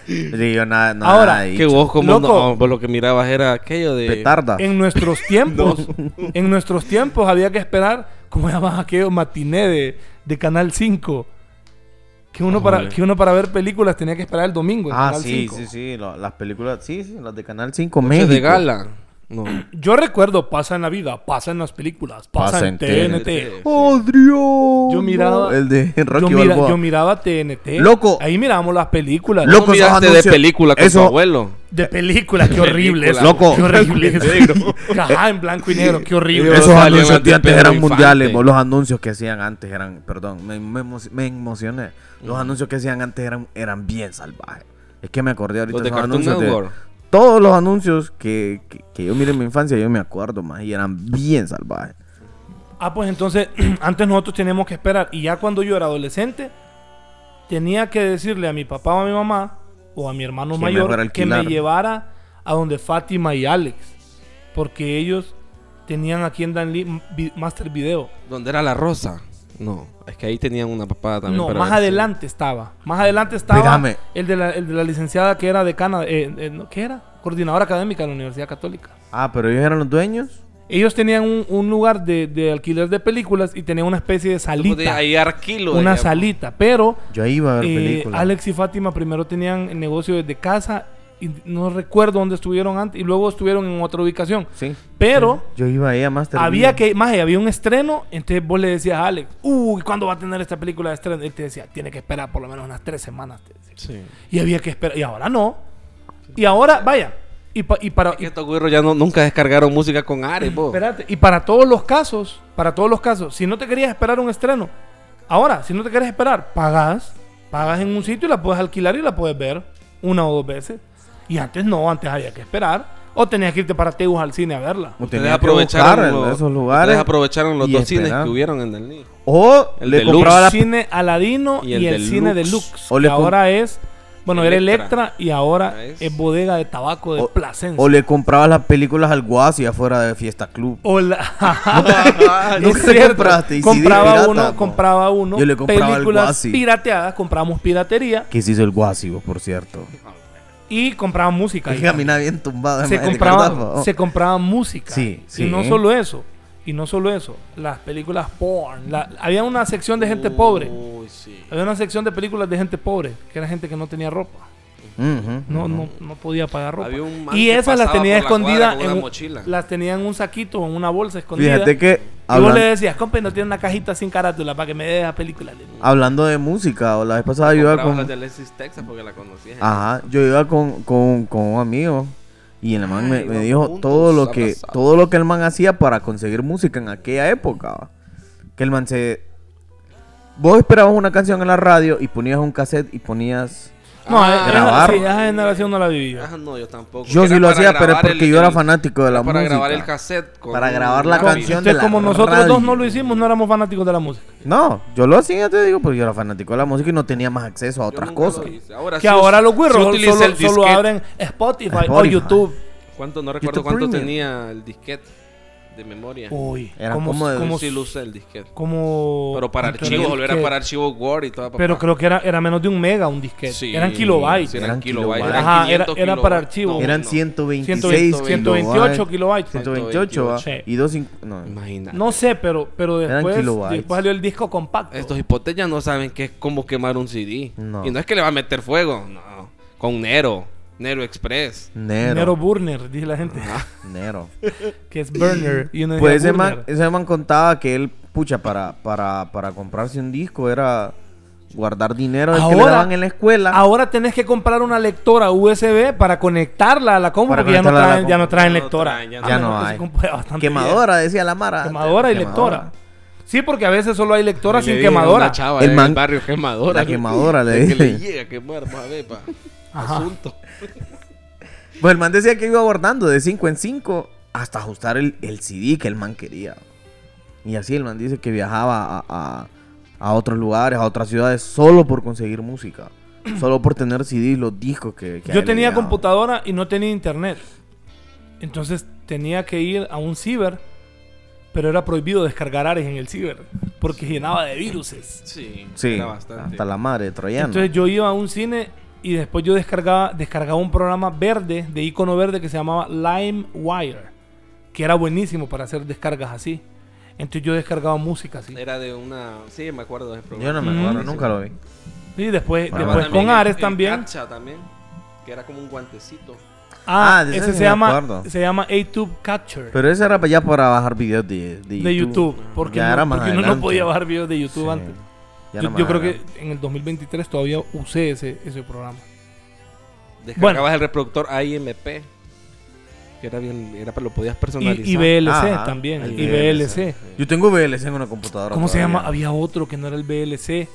Digo, nada, nada Ahora, dicho. que vos como Loco. no, vos lo que mirabas era aquello de Petarda. En nuestros tiempos, en nuestros tiempos había que esperar, como llamaban aquello matiné de, de Canal 5. Que uno, para, Órale. que uno para ver películas tenía que esperar el domingo. en Ah, Canal sí, 5. sí, sí, lo- las películas, sí, sí, las de Canal 5 Noche México. de gala. No. Eh, Yo recuerdo, pasa en la vida, pasa en las películas, pasa, Pasa en en TNT. TNT. ¡Adrián! Yo miraba- El de Yo, Rocky mira- Balboa. yo miraba TNT. Loco. Ahí mirábamos las películas. Loco, ¿Cómo esos miraste de anuncios- película con eso- tu abuelo? De películas, qué horrible. películas. eso. Loco. Qué horrible. Blanco y negro. Ajá, en blanco y negro, qué horrible. Esos salían anuncios antes de antes Pedro eran Infante. mundiales, vos, los anuncios que hacían antes eran, perdón, me, me emo- me emocioné. Los anuncios que hacían antes eran, eran bien salvajes. Es que me acordé ahorita Los de esos Cartoon anuncios de- Network. todos los anuncios que, que- que yo miré en mi infancia, yo me acuerdo más y eran bien salvajes. Ah, pues entonces, antes nosotros teníamos que esperar. Y ya cuando yo era adolescente, tenía que decirle a mi papá o a mi mamá, o a mi hermano Que me fuera a mayor, que me alquilar. llevara a donde Fátima y Alex. Porque ellos tenían aquí en Dan Lee m- vi- Master Video. ¿Dónde era la rosa? No, es que ahí tenían una papada también. no, pero más ese- adelante estaba. Más adelante estaba Espérame. el de, la, el de la licenciada que era decana, eh, eh, no, ¿qué era? Coordinadora académica de la Universidad Católica. Ah, pero ellos eran los dueños. Ellos tenían un, un lugar de, de alquiler de películas y tenían una especie de Tú podías salita. ahí arquilo. Una digamos. salita, pero Yo ahí iba a ver Eh, películas. Alex y Fátima primero tenían el negocio desde casa y no recuerdo dónde estuvieron antes y luego estuvieron en otra ubicación. Sí. Pero Yo iba ahí a Master había Video. que, más había un estreno, entonces vos le decías a Alex, uy, ¿cuándo va a tener esta película de estreno? Él te decía, tiene que esperar por lo menos unas tres semanas. te decía. Sí. Y había que esperar, y ahora no. Y ahora, vaya, y, pa- y para... Es que y- estos güiros ya no, nunca descargaron música con Ares, po. espérate, y para todos los casos, para todos los casos, si no te querías esperar un estreno, ahora, si no te quieres esperar, pagas, pagas en un sitio y la puedes alquilar y la puedes ver una o dos veces. Y antes no, antes había que esperar. O tenías que irte para Tegus al cine a verla. O Ustedes tenía que aprovecharon buscar en los- esos lugares. ustedes aprovecharon los y dos cines esperar. que hubieron en el nido. O El le deluxe. compraba El las cine Aladino y Y el, el cine Deluxe. Deluxe. O que le com- ahora es, bueno, era Electra. Electra y ahora Ahora es, es- bodega de tabaco de o, Placencia. o le compraba las películas al Guasi afuera de Fiesta Club. O la- Nunca Es te cierto. compraste y compraba CD pirata, uno, po. compraba uno. Yo le compraba el películas Guasi. pirateadas, compramos piratería Que se hizo el Guasi, vos, por cierto. y compraba música. Que caminaba bien tumbado. se madre, compraba, ¿recordás, se compraba música. Sí, sí. Y no solo eso. Y no solo eso. Las películas porn. la- había una sección de gente pobre. Uy, sí. Había una sección de películas de gente pobre, que era gente que no tenía ropa. Ujú. No, no, no podía pagar ropa. Había un man Y que esas las pasaba tenía por la cuadra escondidas con en una un- mochila. las tenía en un saquito o en una bolsa escondida. Fíjate que Y vos hablan- le decías, compa, no tiene una cajita sin carátula para que me dé la película. hablando de música, o la vez pasada yo iba Comprabas con. Ah. las de Alexis Texas porque la conocías. Ajá, yo iba con, con, con un amigo. Y el man me, Ay, me iban dijo juntos, todo lo que abrazados. todo lo que el man hacía para conseguir música en aquella época. va. Que el man se. Vos esperabas una canción en la radio y ponías un cassette y ponías. No, Ah, esa- grabar. sí, esa generación no la viví yo. Ah, no, yo tampoco. Yo Era sí lo para hacía, pero es grabar porque el- yo era el- fanático de la era para música. grabar el cassette. con Para un grabar la lápiz. canción. Entonces, de la como nosotros radio. dos no lo hicimos, no éramos fanáticos de la música. No, yo lo hacía, te digo, porque yo era fanático de la música y no tenía más acceso a Yo otras nunca lo cosas. hice. Ahora Que sí us- ahora los sí güeros utilicé solo, el solo disquete. abren Spotify, o Spotify. YouTube. ¿Cuánto? No YouTube recuerdo cuánto Premium. tenía el disquete. de memoria. Uy, Era como, como de- como, sí lo usé el disquete. como- Pero para como archivos, Ah, que- volver a para archivos Word y todo. Pero creo que era, era menos de un mega un disquete. Sí, eran kilobytes. sí, eran, Eran kilobytes. kilobytes. eran Ajá, 500 era- era para kilobytes. archivos. No, Eran no. 126 120, 128 kilobytes. 128, ¿va? Sí. Y 2... No. Imagínate. No sé, pero, pero Eran después, kilobytes. después salió el disco compacto. Estos hipotes ya no saben qué es como quemar un CD. No. Y no es que le va a meter fuego, no. Con Nero, Nero Express. Nero. Nero Burner, dice la gente. Nero. que es Burner. Y uno decía Pues ese Burner. man, ese man contaba que él, pucha, para, para, para comprarse un disco era guardar dinero del que le Ahora- daban en la escuela. Ahora tenés que comprar una lectora USB para conectarla a la compu Para porque ya no, conectarla a la traen, compu. ya no traen Ya no lectora. traen, ya Ah, no. Ya no pues hay. sí compra bastante quemadora, decía la Mara. bien. Quemadora y lectora. Sí, porque a veces solo hay lectora sin quemadora. El el, man- barrio quemadora. La quemadora, le Es que le dije. llega a quemar, más a ver, pa. Ajá. Asunto. Pues el man decía que iba guardando de 5 en 5 hasta ajustar el, el CD que el man quería. Y así el man dice que viajaba a, a- a otros lugares, a otras ciudades, solo por conseguir música. Solo por tener CD, los discos que... que a él Yo le tenía llegaban. computadora y no tenía internet. Entonces tenía que ir a un ciber, pero era prohibido descargar Ares en el ciber porque llenaba de viruses. Sí, Sí, era bastante. hasta la madre, troyano. Entonces yo iba a un cine y después yo descargaba, descargaba un programa verde, de icono verde, que se llamaba LimeWire, que era buenísimo para hacer descargas así. Entonces yo descargaba música así. Era de una. Sí, me acuerdo de ese programa. Yo no me acuerdo, Mm. nunca lo vi. Y después, Ah, después bueno. con el- Ares el también. Captcha también, que era como un guantecito. Ah, Ah, de ese ese sí se me llama, acuerdo. se llama A-Tube Capture. Pero ese era pa- ya para bajar videos de, de YouTube. de YouTube. Porque, Ya no, era más porque uno no adelante. podía bajar videos de YouTube Sí, antes. ya yo era más yo creo que adelante. en el 2023 todavía usé ese, ese programa. Descargabas Bueno. el reproductor AIMP. Que era bien. Era, para- lo podías personalizar. Y, y VLC Ajá, también. el Y VLC. VLC. Yo tengo VLC en una computadora. ¿Cómo se todavía. llama? Había otro que no era el VLC.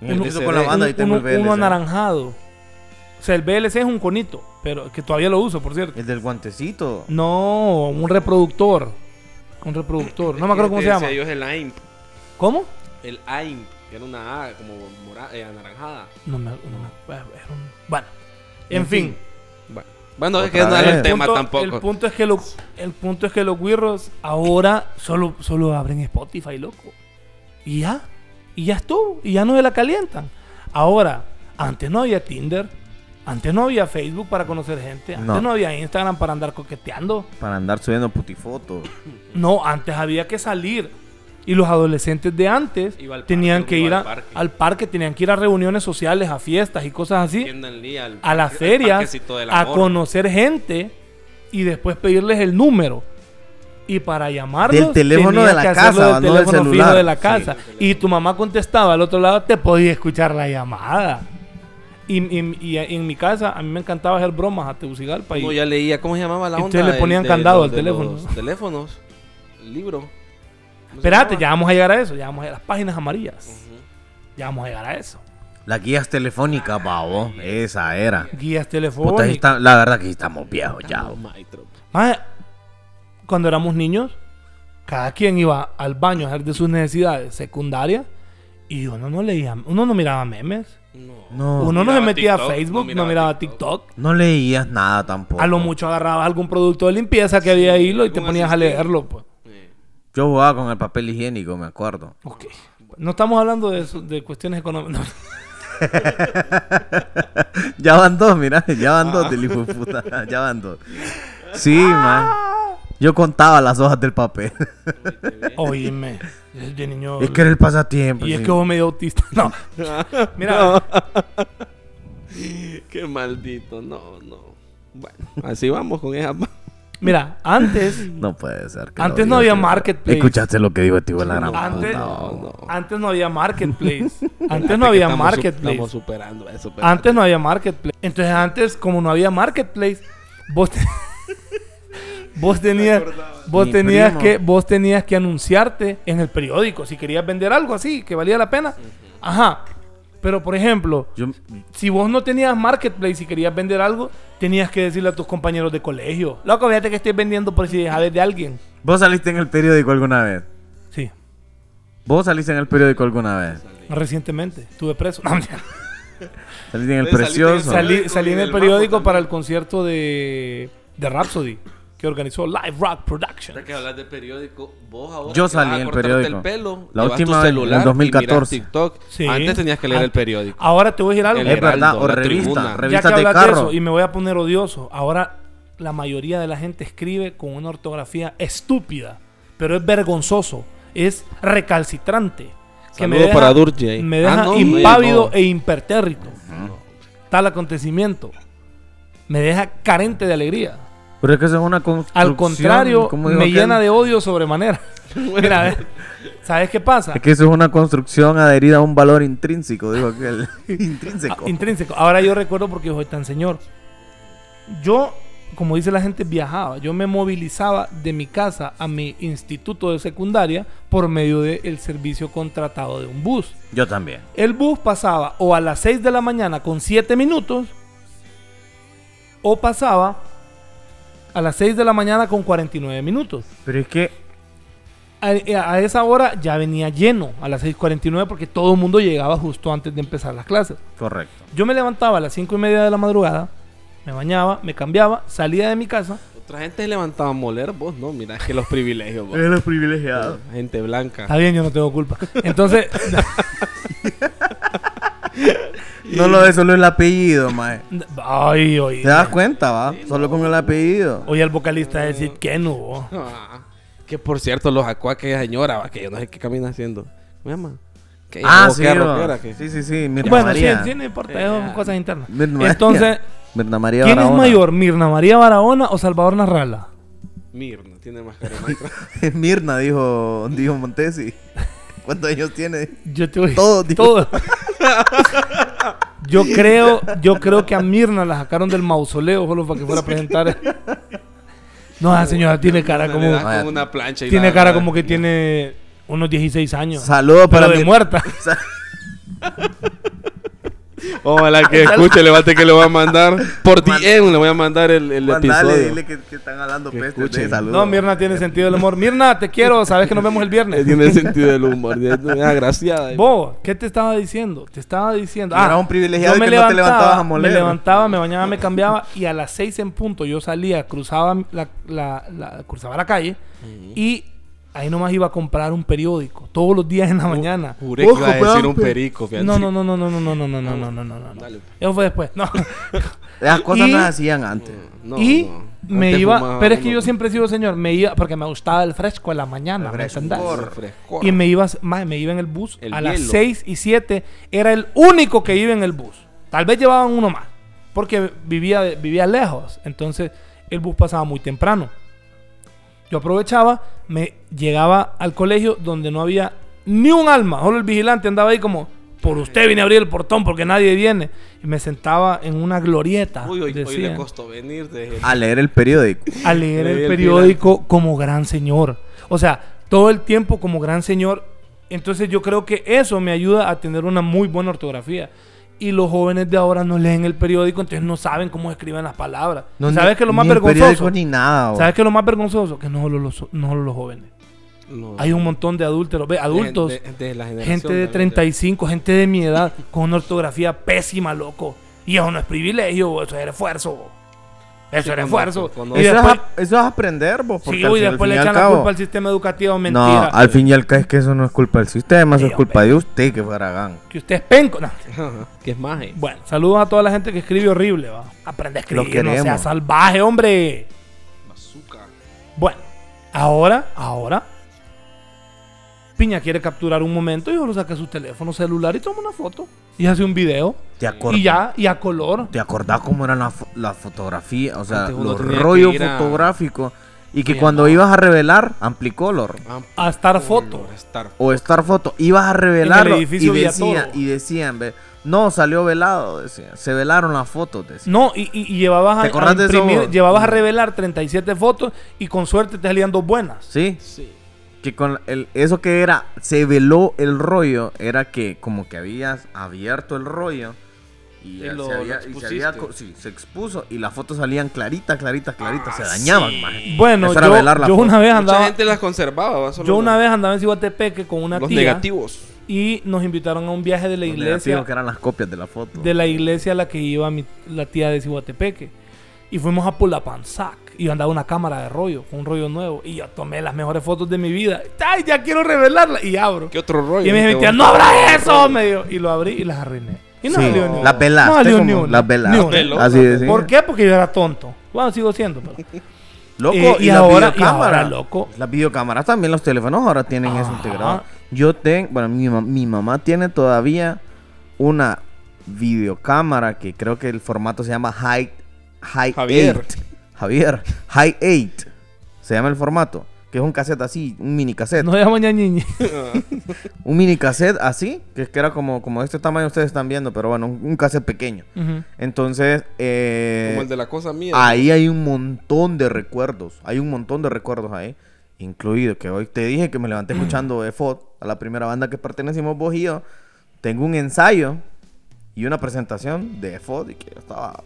En el uno- piso con la banda y Un- tengo el uno, VLC. uno anaranjado. O sea, el VLC es un conito, pero que todavía lo uso, por cierto. El del guantecito. No, un reproductor. Un reproductor. No me acuerdo cómo se llama. Ellos el AIMP. ¿Cómo? El AIMP. Que era una A como mora- eh, anaranjada. No me, no me- era un- Bueno, en fin. Bueno, Bueno, es Otra que no era vez. el tema punto- tampoco. El punto es que los, el punto es que los güirros ahora solo, solo abren Spotify, loco. Y ya, y ya estuvo, y ya no se la calientan. Ahora, antes no había Tinder, antes no había Facebook para conocer gente, antes No. no, había Instagram para andar coqueteando. Para andar subiendo putifotos. No, antes había que salir. Y los adolescentes de antes Iba al parque, tenían que iba ir al a- parque. al parque, tenían que ir a reuniones sociales, a fiestas y cosas así Tiéndanle al- a las al ferias parquecito del a amor. conocer gente y después pedirles el número. Y para llamarlos Del teléfono tenías de la que hacerlo casa, del no del teléfono fijo celular. de la Sí. casa. Y tu mamá contestaba al otro lado, te podía escuchar la llamada. Y, y- y en mi casa, a mí me encantaba hacer bromas a Tegucigalpa. Y, Uno ya leía, ¿cómo se llamaba la Y onda? ustedes le El- ponían de candado los- al de teléfono. los teléfonos, el libro. ¿Cómo se Espérate, ya llamaba? vamos a llegar a eso. Ya vamos a las páginas amarillas. Ujú. Ya vamos a llegar a eso. Las guías telefónicas, babo. Esa era. Guías Puta, ahí telefónicas. está- la verdad que sí estamos viejos ya. Oh, bo. my trop. Mae, cuando éramos niños, cada quien iba al baño a hacer de sus necesidades secundarias y uno no leía, uno no miraba memes, No. No, uno no se miraba metía TikTok, a Facebook, no miraba, TikTok. no leías nada tampoco. A lo mucho agarrabas algún producto de limpieza que había ahí lo- y te algún ponías a asistente. leerlo. Pues. Eh, Yo jugaba con el papel higiénico, me acuerdo. Ok. No estamos hablando de, eso- de cuestiones económicas. No. ya van dos, mira. Ya van dos del hijo de puta. Ya van dos. Sí, Ah. man. Yo contaba las hojas del papel. Oíme. yo De niño. es que era el pasatiempo. y es sí. que vos medio autista. No. Mira, eh, Qué maldito, no, no. Bueno, así vamos con esa. mira, antes No puede ser. que Antes lo no había diga, tío. marketplace. Ah. Escuchaste lo que dijo este hijo de la gran puta. Antes- No. Antes no había marketplace. Antes Espérate no que había estamos su- marketplace. Estamos superando eso. espérate. Antes no había marketplace. Entonces antes, como no había marketplace, vos, te- vos tenías, vos Mi tenías primo. que, vos tenías que anunciarte en el periódico si querías vender algo así que valía la pena. Ajá. Pero por ejemplo, Yo, si vos no tenías marketplace y querías vender algo, tenías que decirle a tus compañeros de colegio, loco, fíjate que estoy vendiendo por si sabes de alguien. ¿Vos saliste en el periódico alguna vez? Sí. ¿Vos saliste en el periódico alguna vez? Recientemente estuve preso. Saliste en el Saliste en el precioso. Salí- salí, salí en el del Mapo periódico también. para el concierto de, de Rhapsody. que organizó Live Rock Ahora Productions. que hablas de periódico, vos ahora Yo que vas salí a en el cortarte periódico. El pelo, La llevas tu última vez, en celular y 2014. miras TikTok. Sí. Antes tenías que leer el Ant- periódico. Ahora te voy a decir algo. El Es Ya Heraldo, verdad, o la revista, tribuna. revistas de hablas de carro. eso, y me voy a poner odioso. Ahora la mayoría de la gente escribe con una ortografía estúpida, pero es vergonzoso, es recalcitrante. Saludo para Durji ahí. Me Ah, deja no, impávido no. e impertérrito. Tal acontecimiento. Me deja carente de alegría. Pero es que eso es una construcción. Al contrario, ¿cómo digo me aquel? llena de odio sobremanera. Mira, ve, ¿sabes qué pasa? Es que eso es una construcción adherida a un valor intrínseco, digo aquel. intrínseco. Ah, intrínseco. Ahora yo recuerdo porque yo soy tan señor. Yo, como dice la gente, viajaba. Yo me movilizaba de mi casa a mi instituto de secundaria por medio del servicio contratado de un bus. Yo también. El bus pasaba o a las 6 de la mañana con 7 minutos o pasaba a las 6 de la mañana con 49 minutos. Pero es que A, eh, a esa hora ya venía lleno a las 6.49 porque todo el mundo llegaba justo antes de empezar las clases. Correcto. Yo me levantaba a las 5 y media de la madrugada, me bañaba, me cambiaba, salía de mi casa. Otra gente se levantaba a moler, vos no, mira, es que los privilegios, vos. los privilegiados. Gente Está blanca. bien, yo no tengo culpa. Entonces, No lo es solo el apellido, mae. ay, oye, ¿Te das cuenta, va? Solo con el apellido. oye al vocalista decir que no. vos. Ah, que por cierto, los sacó aquella señora, va, que yo no sé qué camina haciendo. ¿Me llama? eh, Que Ah, oh, llamó, sí, que va. rockera, que- sí, sí, sí. Mirna Bueno, sí, María. sí, no importa, son cosas internas. Mirna María. Entonces, Mirna María ¿quién es Barahona. mayor, Mirna María Barahona o Salvador Narrala? Mirna, tiene más cara de maestra. Mirna, dijo, dijo Montesi. ¿Cuántos años tiene? Yo te voy Todo, tío. todo. Yo creo, yo creo que a Mirna la sacaron del mausoleo solo para que fuera a presentar. No, esa señora tiene cara Le como da como una plancha. y Tiene la- cara la- como que tiene unos 16 años. Saludos pero para de Mir- muerta. Sa- Ojalá que escuche, levante que le va a mandar. Por DM le voy a mandar el, el Mandale, episodio. dile que, que están hablando Que pestes de escuchen. saludos. No, Mirna tiene sentido del humor. Mirna, te quiero. Sabes que nos vemos el Eh, viernes. Tiene sentido del humor. Es una agraciada. Vos, ¿qué te estaba diciendo? Te estaba diciendo. ah, Era un privilegiado que no te levantabas a moler. Me levantaba, me bañaba, me cambiaba. Y a las 6 en punto yo salía, cruzaba la, la- la- cruzaba la calle. Y ahí nomás iba a comprar un periódico. Todos los días en Uh, la mañana. Juré que Ojo, iba a decir peón, un pe- perico. fíjate. No, no, no, no, no, no, no, no, no, no, no, no, no, no. Dale. pues. Eso fue después. No. Las cosas Y- no se hacían antes. No, y no. me Antes iba, fumaba pero es que uno yo siempre he sido señor, me iba porque me gustaba el fresco en la mañana, El ¿me entendés? frescor. con frescor. Y me iba, mae, me iba en el bus El a las hielo. 6 y 7, era el único que iba en el bus. Tal vez llevaban uno más, porque vivía de- vivía lejos, entonces el bus pasaba muy temprano. Yo aprovechaba, me llegaba al colegio donde no había ni un alma, solo el vigilante andaba ahí como por usted vine a abrir el portón porque nadie viene y me sentaba en una glorieta. Uy, hoy, hoy le decían costó venir. De... A leer el periódico. a leer Leí el el periódico como gran señor. O sea, todo el tiempo como gran señor. Entonces yo creo que eso me ayuda a tener una muy buena ortografía. Y los jóvenes de ahora no leen el periódico, entonces no saben cómo escriben las palabras. No, ¿Sabes ni- qué es lo más ni el vergonzoso? periódico Ni nada. bo. ¿Sabes qué es lo más vergonzoso? Que no solo los, no solo los jóvenes. No. Hay un montón de adúlteros, ve, adultos, De, de- de la generación, gente de la- 35, gente de mi edad, con una ortografía pésima, loco. Y eso no es privilegio, bo, eso es esfuerzo. bo. Eso Sí, es cuando- esfuerzo. cuando- Y Eso, después- es, a- eso es aprender, vos. Sí, y después le echan la culpa al sistema educativo, No, mentira. al fin y al cabo es que eso no es culpa del sistema, eso Sí, es culpa de usted que fue Aragán. Que usted es penco. No. Ajá, que es eh. maje. Bueno, saludos a toda la gente que escribe horrible, va. Aprende a Lo escribir, no queremos. sea salvaje, hombre. Bazooka. Bueno, ahora, ahora. Piña quiere capturar un momento y solo saca su teléfono celular y toma una foto. Y hace un video. ¿Te Y acordás? ya, y a color. ¿Te acordás cómo era la, fo- la fotografía? O sea, Antes uno los tenía que rollos ir a- fotográficos. Y que Oye, cuando no. ibas a revelar, Amplicolor Ah, A estar por foto. Lord, Star. o Star Photo, ibas a revelarlo y edificio decían, Villatoro. y decían, ve, no, salió velado, decían, se velaron las fotos, decían. No, y, y- y llevabas a, ¿Te acordás a de eso, imprimir- vos? llevabas a revelar 37 fotos y con suerte te salían dos buenas. ¿Sí? Sí. Que con el, eso que era, se veló el rollo, era que como que habías abierto el rollo y, ya lo- se, lo había, y se había expusiste. co- sí, se expuso y las fotos salían claritas, claritas, claritas, se Ah, dañaban, sí. más. Bueno, Eso era yo, velar la yo foto. una vez Mucha andaba. gente las conservaba. va, solo Yo una los- vez andaba en Cihuatepeque con una Los tía negativos. y nos invitaron a un viaje de la iglesia que eran las copias de la foto. de la iglesia a la que iba mi- la tía de Cihuatepeque. Y fuimos a Pulapanzac Y yo andaba una cámara de rollo, un rollo nuevo. Y yo tomé las mejores fotos de mi vida. ¡Ay, ya quiero revelarla! Y abro. ¿Qué otro rollo? Y me Qué dijeron, bueno. ¡no habrá eso! Me dijo. Y lo abrí y las arruiné. Y no Sí, salió ni una. las velaste No salió como- ni una. las velaste. Ni una. Veló. Así de simple. ¿Por qué? Porque yo era tonto. Bueno, sigo siendo, pero... Loco, Eh, y, y las ahora- y videocámaras. ahora, loco. Las videocámaras también, los teléfonos ahora tienen eso Ajá. integrado. Yo tengo, bueno, mi, ma- mi mamá tiene todavía una videocámara que creo que el formato se llama High, high Javier. 8. Javier, High 8. Se llama el formato. Que es un cassette así, un mini cassette. No llamo ñañiñi. Un mini cassette así, que es que era como, como de este tamaño ustedes están viendo, pero bueno, un, un cassette pequeño. Ujú. Entonces, eh, Como el de la cosa mía. Ahí hay un montón de recuerdos. Hay un montón de recuerdos ahí. Incluido que hoy te dije que me Mm. levanté escuchando EFOD, a la primera banda que pertenecimos vos y yo. Tengo un ensayo y una presentación de EFOD y que yo estaba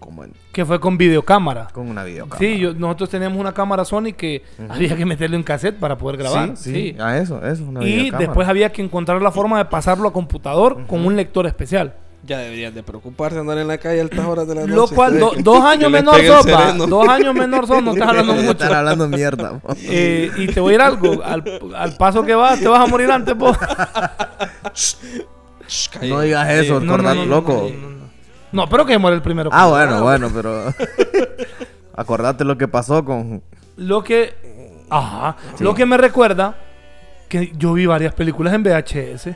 como en- Que fue con videocámara. con una videocámara. Sí, yo- nosotros teníamos una cámara Sony que había que meterle en cassette para poder grabar. sí. Sí, sí. Ah, eso, eso es una Y videocámara. después había que encontrar la forma de pasarlo a computador con un lector especial. Ya deberían de preocuparse andar en la calle a altas horas de la noche. Lo cual, do- Ustedes dos que- años que les menor pegue el sopa. sereno. Dos años menor sopa, no estás hablando Voy a mucho. estar hablando mierda. vos. Eh, y te voy a ir algo, al, al paso que vas, te vas a morir antes, po. Shh, calle. no digas eso, Eh, corta- loco. no, no, no. No, pero que muera el primero. Ah, bueno, bueno, pero... Acordate lo que pasó con... Lo que. Ajá. Lo que me recuerda que yo vi varias películas en VHS.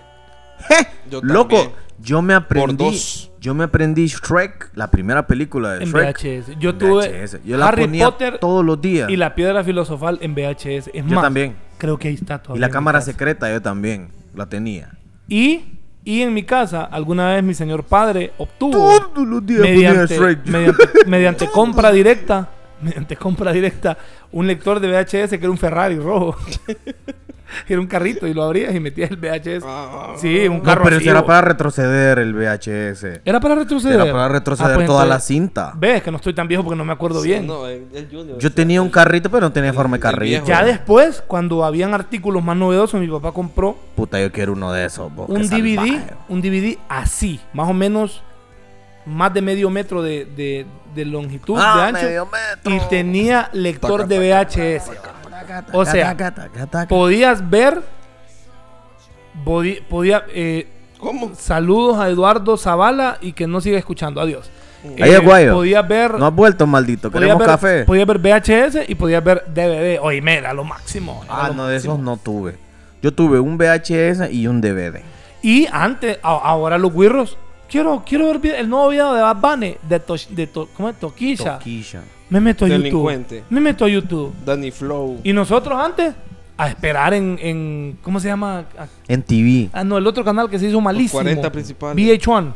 Yo Loco, también. yo me aprendí. dos. Yo me aprendí Shrek, la primera película de En Shrek. VHS. Yo en tuve VHS. Yo la Harry ponía Potter todos los días. Y la piedra filosofal en VHS. Es Yo más, también. Creo que ahí está Y todavía. la en mi cámara casa. secreta yo también la tenía. Y, y en mi casa, alguna vez mi señor padre obtuvo. Todos los días mediante, ponía Shrek. mediante, mediante compra directa, mediante compra directa, un lector de VHS que era un Ferrari rojo. era un carrito y lo abrías y metías el VHS. Ah. Sí, un No, carro pero así, eso era bo- para retroceder el VHS. Era para retroceder. Era para retroceder Ah, pues toda la entonces- cinta. Ves que no estoy tan viejo porque no me acuerdo Sí, bien. no, el- el Junior, Yo sí, tenía el- un carrito, pero no tenía forma de el- el carrito. viejo. Ya después, cuando habían artículos más novedosos, mi papá compró Puta, yo quiero uno de esos. bo, qué un DVD, salvaje, bo. un DVD así, más o menos más de medio metro de, de- de longitud, de Ah, ancho, medio metro. y tenía lector Taca, de VHS. O sea, Taca, taca, taca. podías ver, podi- podía, eh, ¿Cómo? saludos a Eduardo Zavala y que no siga escuchando, adiós. Eh, Ahí es guayo. Podías ver, no has vuelto, maldito. podías Queremos ver, café. podías ver VHS y podías ver DVD. Oíme, era lo máximo. era Ah, lo no, de máximo. esos no tuve. Yo tuve un VHS y un DVD. Y antes, a- ahora los guirros. Quiero, quiero ver vide- el nuevo video de Bad Bunny, de, Tosh- de to- ¿cómo es? Toquilla. Toquilla. Me meto a Delincuente. YouTube. Me meto a YouTube. Danny Flow. Y nosotros antes, a esperar en, en ¿cómo se llama? Ah, En TV. Ah, no, el otro canal que se hizo malísimo. 40 principales. VH1.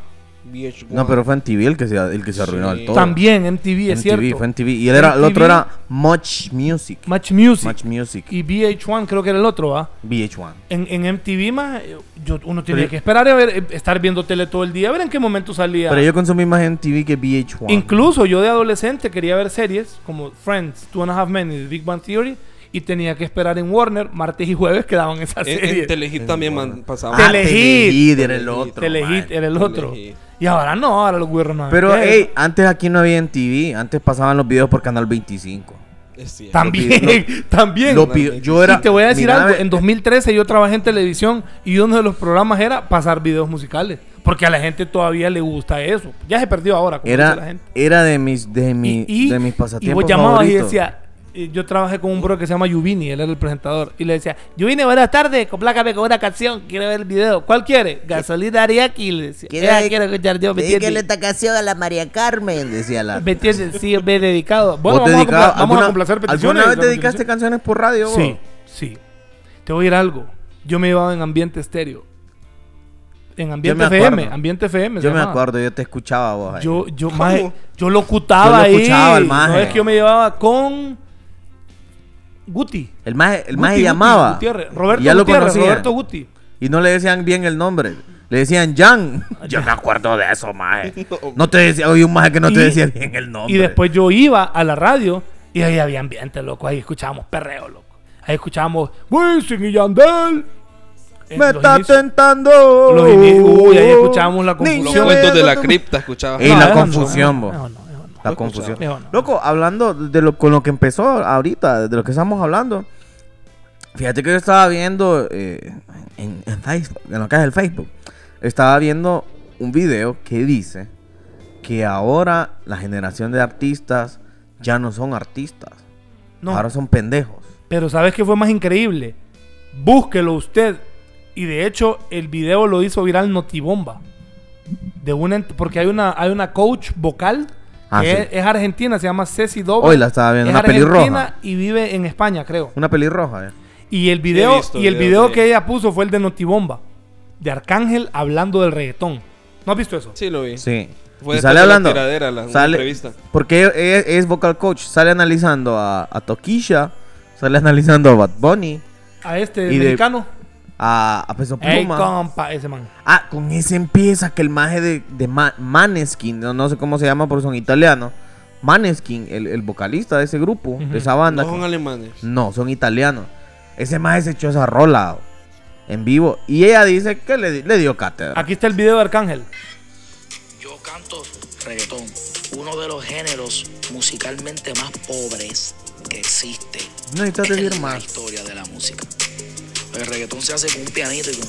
VH1. No, pero fue en TV el que se, el que se arruinó Sí. el todo. También, MTV, es En cierto. TV, fue en TV. Y él era, el MTV. otro era Much Music. Match Music. Much Music. Y VH1 creo que era el otro, ¿ah? VH1. En, en MTV más, eh, yo, uno tenía Pero- que esperar a ver, eh, estar viendo tele todo el día, a ver en qué momento salía. Pero yo consumí más en TV que VH1. Incluso yo de adolescente quería ver series como Friends, Two and a Half Men y The Big Bang Theory y tenía que esperar en Warner martes y jueves que daban esas En, series. en Telehit también man- Ah, pasaba. Tele- Telehit era el otro. Telehit man. era el otro. Telehit. Y ahora no, ahora los güeros no. Pero, hacen hey, antes aquí no había en TV. Antes pasaban los videos por Canal 25. Es cierto. también, también. Lo pi- yo era, y te voy a decir mira, algo, ve- en 2013 yo trabajé en televisión y uno de los programas era pasar videos musicales, porque a la gente todavía le gusta eso. Ya se perdió ahora, como dice la Era, gente. era de mis, de mi- y, de mis y pasatiempos. vos llamabas y favoritos. decía, eh, yo trabajé con un bro que se llama Yubini, él era el presentador, y le decía, Yubini, buenas tardes, complácame con una canción, quiero ver el video. ¿Cuál quiere? Gasolina Ariaki, le decía. Quiero- "Esa quiero escuchar yo, ¿me Dedíquenle entiendes? esta canción a la María Carmen. Decía la. ¿Me entiendes? Sí, me he dedicado. Bueno, ¿Vos vamos, a, dedicabas- compla- vamos a alguna- complacer peticiones. ¿Alguna vez vamos a dedicaste canciones por radio? vos? Sí, sí. Te voy a ir algo. Yo me llevaba en ambiente estéreo. En ambiente acuerdo. FM, ambiente FM. se Yo me llamaba. acuerdo, yo te escuchaba vos. ahí. Yo, yo, maje, yo locutaba Yo ahí. locuchaba al maje. No es que yo me llevaba con Guti. el más, el Guti, más Guti, llamaba. Gutiérrez. Y Roberto ya lo Gutiérrez, conocían. Roberto Guti. Y no le decían bien el nombre. Le decían Jan. Yo me acuerdo de eso, maje. No te decía, oye, un maje que no te Y- decía bien el nombre. Y después yo iba a la radio y ahí había ambiente, loco. Ahí escuchábamos perreo, loco. Ahí escuchábamos Wilson y Yandel. En Me los está inicios. tentando. Los ini- uy, ahí escuchábamos la Niña, confusión. Los cuentos de la tú- cripta escuchaba. Ey, No, la eso no, confusión, no, vos. no, no, no. La la No he confusión. escuchado. No. Loco, hablando de lo con lo que empezó ahorita, de lo que estamos hablando. Fíjate que yo estaba viendo eh, en, en Facebook, en lo que es el Facebook, estaba viendo un video que dice que ahora la generación de artistas ya no son artistas, No. ahora son pendejos. Pero ¿sabes qué fue más increíble? Búsquelo usted. Y de hecho, el video lo hizo viral Notibomba. De una, ent- porque hay una, hay una coach vocal que Ah, sí. es, es argentina, se llama Ceci Doba. Hoy la estaba viendo, Es una argentina pelirroja. y vive en España, creo. Una pelirroja, eh. Y el he video, visto y el videos video de- que ella puso fue el de Notibomba. De Arcángel hablando del reggaetón. ¿No has visto eso? Sí, lo vi. Sí. Fue y después sale de la hablando. tiradera, la- una sale, entrevista. Porque es, es vocal coach. Sale analizando a, a Toquilla. Sale analizando a Bad Bunny. A este Y de- mexicano. A, a Peso Ey, Pluma. compa, ese man. Ah, con ese empieza que el maje de, de Ma- Maneskin, no, no sé cómo se llama porque son italianos. Maneskin, el, el vocalista de ese grupo, Ujú. de esa banda. No que- son alemanes. No, son italianos. Ese maje se echó esa rola o, en vivo. Y ella dice que le, le dio cátedra. Aquí está el video de Arcángel. Yo canto reggaetón, uno de los géneros musicalmente más pobres que existe No necesitas decir en la más. historia de la música. El reggaetón se hace con un pianito y con-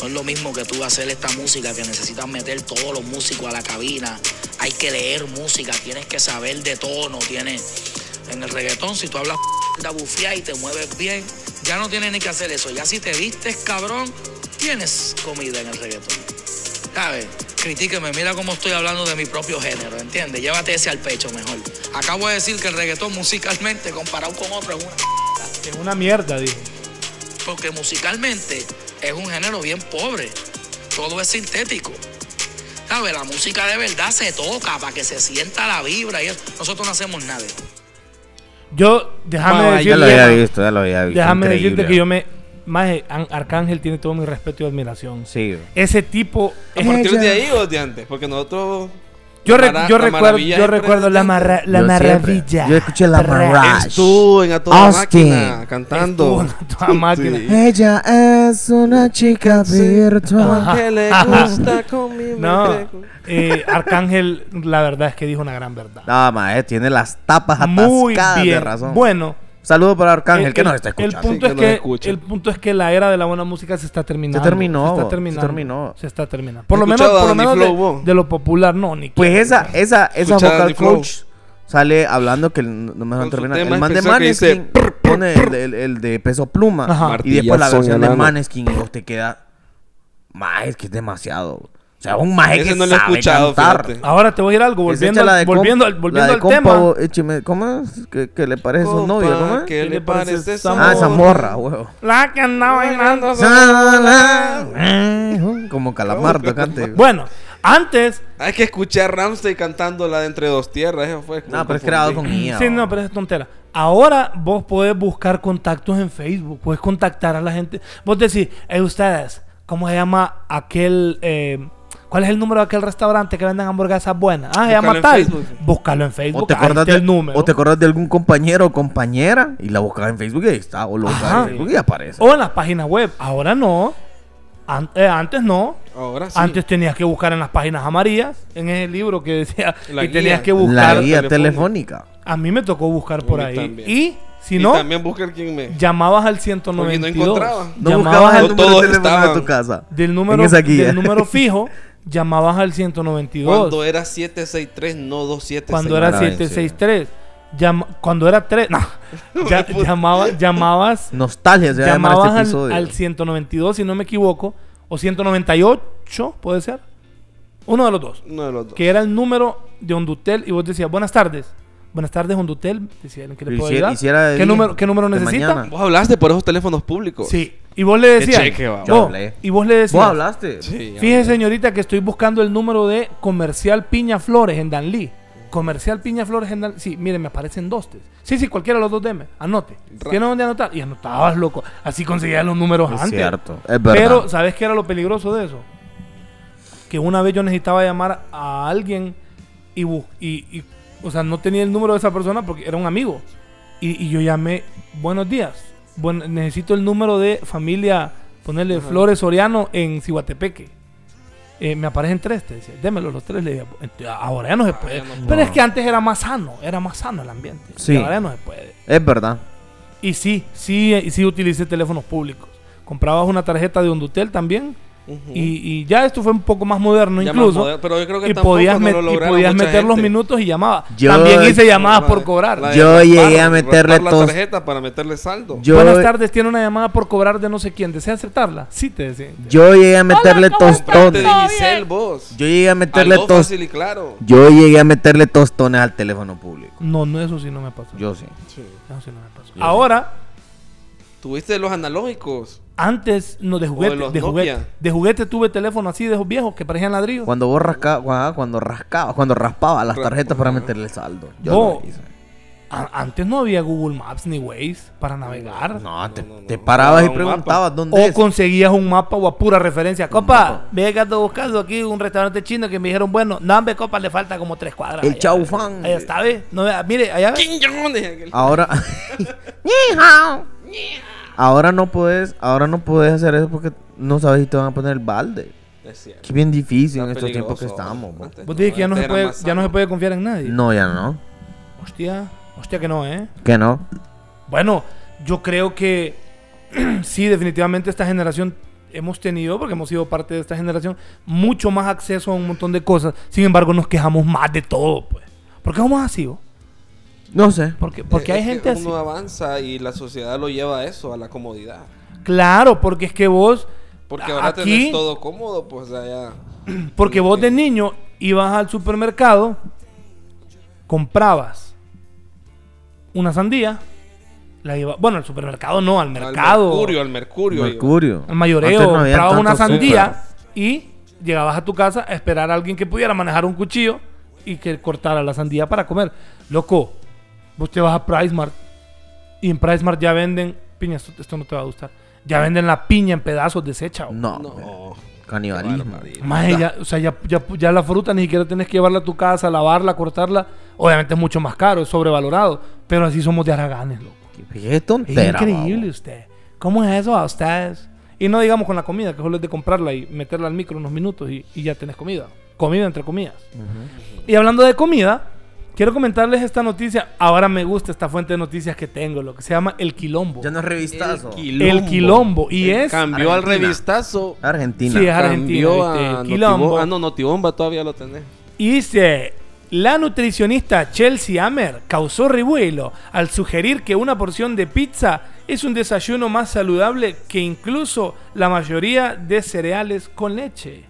no es lo mismo que tú hacer esta música que necesitas meter todos los músicos a la cabina. Hay que leer música, tienes que saber de tono, tienes en el reggaetón si tú hablas da bufía y te mueves bien, ya no tienes ni que hacer eso. Ya si te vistes cabrón, tienes comida en el reggaetón. ¿Sabes? Critíqueme, mira cómo estoy hablando de mi propio género, ¿entiendes? Llévate ese al pecho mejor. Acabo de decir que el reggaetón musicalmente comparado con otro es una Es una mierda, dijo. porque musicalmente es un género bien pobre. Todo es sintético. ¿Sabes? La música de verdad se toca para que se sienta la vibra y eso. Nosotros no hacemos nada. de eso. Yo, déjame Vaya, Ya decirle. lo había visto, ya lo había visto. Déjame decirte increíble. que yo me. Maje, An- Arcángel tiene todo mi respeto y admiración. Sí, güey. Ese tipo. ¿A partir de ahí o de antes? Porque nosotros. Yo, re- Mara- yo la recuerdo, maravilla yo siempre recuerdo es la, de marra- la Yo siempre. maravilla. Yo escuché la Ra- maravilla. Ash. Estuvo en a toda Austin. máquina cantando. Estuvo en a toda máquina. Ella es una chica virtual. Que le gusta conmigo. No, eh, Arcángel, la verdad es que dijo una gran verdad. Nada más, eh, tiene las tapas atascadas Muy bien. de razón. Bueno, Saludo para Arcángel, el- que nos el- está El escuchando. punto, Sí, es que nos que, escucha. el punto es que la era de la buena música se está terminando. terminó, Se bo, está se terminando. terminó. se está terminando. Por lo menos, escuchado por a lo Danny menos Flow, de, bo? de lo popular, no, ni Pues quiero. esa, esa, esa Escuchaba vocal Andy Flow. coach sale hablando que el- no me van Con a su terminar. tema El man de especial que dice, Maneskin pone el, el- el de peso pluma Ajá. y después la Martillazo versión en de el ano. Maneskin y vos te queda. Más es que es demasiado. O sea, un maje Ese que no lo he sabe escuchado, cantar. fíjate. Ahora te voy a ir algo, Que se volviendo, echa la al, de comp- volviendo al, volviendo la de al compa, tema. vos, écheme- ¿Cómo es? ¿Qué, qué le parece su novia? ¿Cómo es? ¿Qué le parece esa Ah, esa amor? morra, huevo. La que andaba bailando. Como calamardo cante. Bueno, antes. Hay que escuchar Ramsey cantando la de Entre Dos Tierras. Eso fue. No, pero es creado con guía. Sí, no, pero es tontera. Ahora vos podés buscar contactos en Facebook, puedes contactar a la gente. Vos decís, hey, ustedes, ¿cómo se llama aquel. eh, ¿Cuál es el número de aquel restaurante que venden hamburguesas buenas? Ah, se Búscalo llama en tal. Facebook. Búscalo en Facebook. O te, ahí está acordás de, el número. o te acordás de algún compañero o compañera y la buscas en Facebook y ahí está. O lo buscas Ajá. en Facebook y aparece. O en las páginas web. Ahora no. An- eh, antes no. Ahora sí. Antes tenías que buscar en las páginas amarillas, en ese libro que decía, La y tenías guía. que la buscar. guía telefónica. telefónica. A mí me tocó buscar por mí ahí. también. Y si y no, también busca el quien me. llamabas al Porque 192. no encontraba. No buscabas llamabas el al, No número todos de teléfono de estaban. tu casa. del En número esa guía. del número fijo, llamabas al 192. Cuando Cuando, era este 763, no 276. era Maravilla. 763. Llama- cuando era 3. No. Ya- llamaba- llamabas Nostalgia se va a llamar este llamabas al, episodio. al 192, si no me equivoco, o 198, puede ser. Uno de los dos. Uno de los dos. que era el número de Hondutel y vos decías, buenas tardes. Buenas tardes, Hondutel. Decía, ¿en qué le Pero puedo hiciera- ayudar? hiciera de ¿Qué, día, número, ¿Qué número de necesita? mañana. Vos hablaste por esos teléfonos públicos. Sí. Y vos le decías. cheque, va. vos, Yo hablé. y vos le decías. ¿Vos hablaste? Sí, Fíjese, señorita, que estoy buscando el número de Comercial Piña Flores en Danlí. Comercial Piña Flores en Danlí. Sí, mire, me aparecen dos. tes. Sí, sí, cualquiera de los dos deme. Anote. Ra- ¿Tiene dónde anotar? Y anotabas, loco. Así conseguías los números Es antes. cierto, es verdad. Pero, ¿sabes qué era lo peligroso de eso? Que una vez yo necesitaba llamar a alguien y, bu- y, y- o sea, no tenía el número de esa persona porque era un amigo. Y, y yo llamé, buenos días. Bueno, necesito el número de familia, ponerle Flores Soriano en Cihuatepeque. eh, me aparecen tres, te decía, démelo los tres. Le dije, "Ent- ahora ya no se Ah, puede. ya no. Pero es No. que antes era más sano, era más sano el ambiente. Sí. Y ahora ya no se puede. Es verdad. Y sí, sí, eh, sí utilicé teléfonos públicos. Comprabas una tarjeta de Ondutel también. Ujú. y, y ya esto fue un poco más moderno Ya más incluso. moderno, pero yo creo que y tampoco podías, no met- lo y lograron podías mucha meter los gente. minutos y llamaba. Yo- También hice llamadas La de- por cobrar. la de Yo raspar- llegué a meterle raspar tos- la tarjeta para meterle saldo. Yo, Buenas tardes, tiene una llamada por cobrar de no sé quién. ¿Desea aceptarla? Sí, te decía. yo llegué a meterle ¿cómo Comprate tostones. estás? Digicel, vos. Yo llegué a meterle Aló, tos. fácil y claro. Yo llegué a meterle tostones al teléfono público. No, no, eso sí no me pasó. Yo sí. Eso sí no me pasó. Ahora, Tuviste los analógicos. antes, no, de juguete, de los de juguete. Nokia. De juguete tuve teléfono así de esos viejos que parecían ladrillos. Cuando vos rascabas, cuando rascaba, cuando raspaba las Raspa- tarjetas para meterle saldo. Yo Vos- lo hice. A- antes no había Google Maps ni Waze para navegar. No, te, no, te no. parabas y Grababa un preguntabas dónde O es. conseguías un mapa o a pura referencia. Copa, ve que ando buscando aquí un restaurante chino que me dijeron, bueno, no, hombre, copa, le falta como tres cuadras. El allá. chaufán. Ahí está, ve. No, vea, mire, allá ve. King Jong, dije aquel. Ahora. Ni hao. ahora no puedes, ahora no puedes hacer eso porque no sabes si te van a poner el balde. Es cierto. Qué bien difícil en Está estos tiempos que peligroso. estamos. vos. Antes Vos dices que ya no, se antes era puede, más ya no se sano. puede confiar en nadie. No, ya no. Hostia, hostia que no, ¿eh? Que no. Bueno, yo creo que sí, definitivamente esta generación hemos tenido, porque hemos sido parte de esta generación, mucho más acceso a un montón de cosas. Sin embargo, nos quejamos más de todo, pues. ¿Por qué somos así? vos? No sé. ¿Por qué? Porque Eh, Es hay que gente así. Uno avanza y la sociedad lo lleva a eso, a la comodidad. Claro, porque es que vos. Porque ahora Ah, aquí, tenés todo cómodo, pues allá. Porque vos de Sí. niño ibas al supermercado, comprabas una sandía, la lleva, bueno, al supermercado no, al mercado, al, Al mercurio, al mercurio. Mercurio. Antes mayoreo, no había comprabas tanto una azúcar. sandía y llegabas a tu casa a esperar a alguien que pudiera manejar un cuchillo y que cortara la sandía para comer. Loco, vos te vas a PriceMart y en PriceMart ya venden piñas, esto no te va a gustar. Ya venden la piña en pedazos deshecha. o- No. No. Canibalismo. barbaridad. Maje, ya, o sea, ya, ya- ya la fruta ni siquiera tenés que llevarla a tu casa, lavarla, cortarla. Obviamente es mucho más caro, es sobrevalorado. Pero así somos de haraganes, loco. Qué Es tontera. increíble babo. usted. ¿Cómo es eso a ustedes? Y no digamos con la comida, que solo es de comprarla y meterla al micro unos minutos y, y ya tenés comida. Comida entre comillas. Y hablando de comida, quiero comentarles esta noticia. Ahora me gusta esta fuente de noticias que tengo, lo que se llama El Quilombo. Ya no es revistazo. El quilombo. Y En es- Cambió al Argentina. revistazo. Argentina. Sí, ah, es Cambió Argentina, a ¿viste? Quilombo. Notibomba. Ah, no, Notibomba todavía lo tenés. Y dice, la nutricionista Chelsea Amer causó revuelo al sugerir que una porción de pizza es un desayuno más saludable que incluso la mayoría de cereales con leche.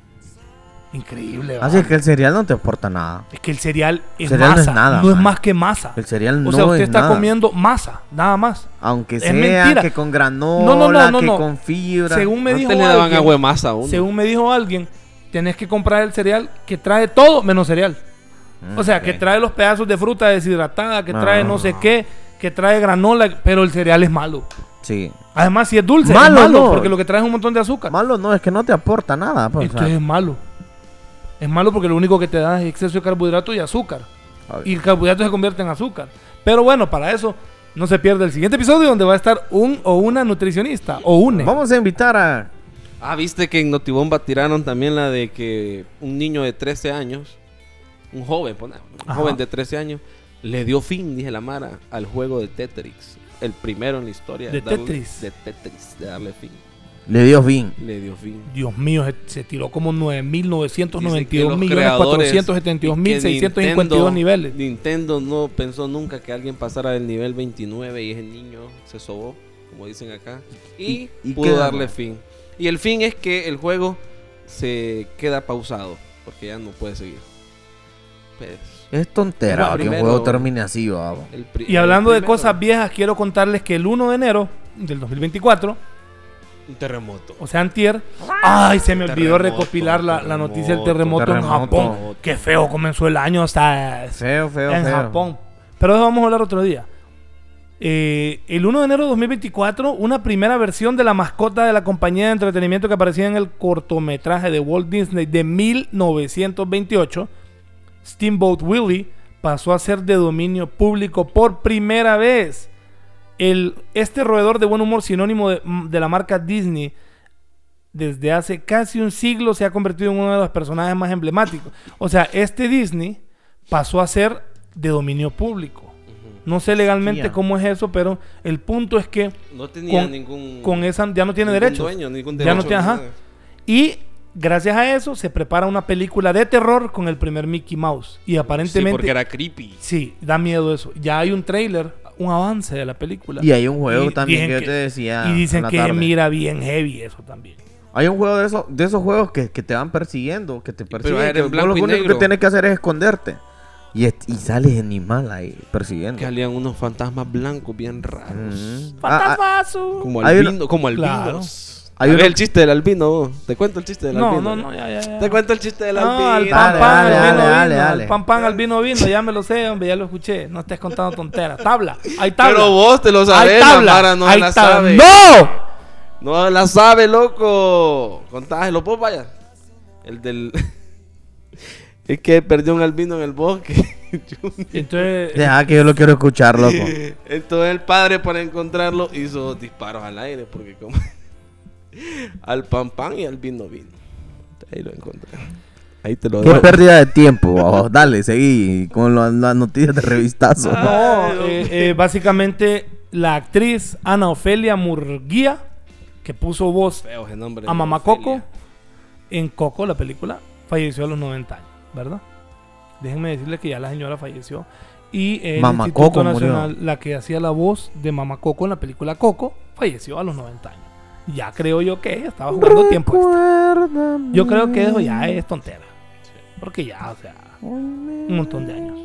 Increíble. ¿va? Así es que el cereal no te aporta nada. Es que el cereal es Cereal masa, no no es es, nada, man. más que masa. El cereal O sea, no usted es está nada. comiendo masa, nada más. Aunque Es sea mentira. que con granola, No, no, no, no, que no. con fibra. Según me Antes dijo le daban alguien- agua más a uno. según me dijo alguien, tenés que comprar el cereal que trae todo menos cereal. Mm, O sea, ok. Ah. que trae los pedazos de fruta deshidratada, que No, trae no, no sé qué, que trae granola, pero el cereal es malo. Sí. Además, si es dulce, Malo, es malo, no. porque lo que trae es un montón de azúcar. Malo no, es que no te aporta nada. pues, o sea, Entonces es malo. Es malo porque lo único que te da es exceso de carbohidrato y azúcar. Ay. Y el carbohidrato se convierte en azúcar. Pero bueno, para eso no se pierda el siguiente episodio donde va a estar un o una nutricionista o une. Vamos a invitar a. Ah, viste que en Notibomba tiraron también la de que un niño de 13 años, un joven, pone, un Ajá. joven de 13 años, le dio fin, dije la Mara, al juego de Tetris. El primero en la historia. ¿De en darle- Tetris? De Tetris, de darle fin. Le dio fin. Le dio fin. Dios mío, se, se tiró como Dicen que los 9.992 creadores y que 472.652 Nintendo- niveles. Nintendo no pensó nunca que alguien pasara del nivel 29 y ese niño se sobó, como dicen acá, y, ¿Y- y pudo qué darle ganó? fin. Y el fin es que el juego se queda pausado, porque ya no puede seguir. Pues, Es tontera Fue que un primero. juego termine así, babo. el pri- Y hablando el de primero, cosas viejas, quiero contarles que el 1 de enero del 2024, Un terremoto. o sea, antier, ay, se me olvidó Terremoto, recopilar la, la noticia del terremoto, terremoto. en Japón. Qué feo comenzó el año hasta Feo, feo, en feo. Japón. Pero eso vamos a hablar otro día. Eh, el 1 de enero de 2024, una primera versión de la mascota de la compañía de entretenimiento que aparecía en el cortometraje de Walt Disney de 1928, Steamboat Willie, pasó a ser de dominio público por primera vez. mm, El, este roedor de buen humor sinónimo de, de la marca Disney desde hace casi un siglo se ha convertido en uno de los personajes más emblemáticos. O sea, este Disney pasó a ser de dominio público. No sé legalmente Tía. cómo es eso, pero el punto es que No tenía con, ningún. con esa ya no tiene ningún derechos. dueño, ningún Ya no derecho, tiene, ajá. nada. Y gracias a eso se prepara una película de terror con el primer Mickey Mouse. Y Sí, aparentemente porque era creepy. Sí, da miedo eso. Ya hay un trailer, un avance de la película. Y hay un juego Y también dicen que yo te decía. Y en dicen la que tarde. mira bien heavy eso también. Hay un juego de, esos de esos juegos que, que te van persiguiendo, que te persiguen. era que en vos blanco lo y único negro. que tienes que hacer es esconderte. Y, es- y sales animal ahí persiguiendo. Que salían unos fantasmas blancos bien raros. Mm. Ah, ah, ¡Fantasmazo! Como Hay uno- albino, como albinos. Hay A uno- ver el chiste del albino, vos. Te cuento el chiste del No, albino. no, no, ya, ya. ya. Te cuento el chiste del No, al albino. pan Dale, pan, dale, al vino dale, vino, dale, al dale. pan pan, al vino vino, ya me lo sé, hombre, ya lo escuché. No estés contando tonteras. Tabla, hay tabla. Pero vos te lo sabés, hay la tabla, Mara no hay la tabla. sabe. ¡No! No la sabe, loco. Contágelo, vos vaya. El del. es que perdió un albino en el bosque. Entonces, ah. Deja que yo lo quiero escuchar, loco. Entonces el padre, para encontrarlo, hizo dos disparos al aire. Porque, como. al pan pan y al vino vino. Ahí lo encontré. Ahí te lo Qué doy. pérdida de tiempo. babos. Dale, seguí con lo- las noticias de revistazo. No, eh, eh, básicamente la actriz Ana Ofelia Murguía, que puso voz Feo ese nombre. a Mamá Coco Ofelia. en Coco, la película, falleció a los 90 años, ¿verdad? Déjenme decirles que ya la señora falleció. Y el Mamá Instituto Coco murió. Nacional, la que hacía la voz de Mamá Coco en la película Coco, falleció a los 90 años. Ya creo yo que ella estaba jugando tiempo extra. Yo creo que eso ya es tontera. Porque ya, o sea, un montón de años.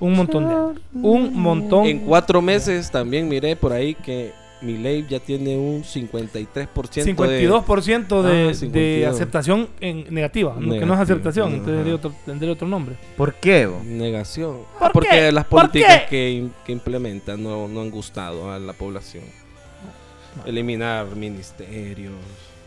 Un montón de años. Un montón. En cuatro meses también miré por ahí que Milei ya tiene un 53% de... 52% de, Ah, de 52. aceptación en negativa, no- que no es Negativa, aceptación, ajá. entonces tendría otro, tendría otro nombre. ¿Por qué? bo? Negación. ¿Por Ah, porque qué? las ¿Por políticas qué? que, im- que implementan no, no han gustado a la población. Eliminar ministerios,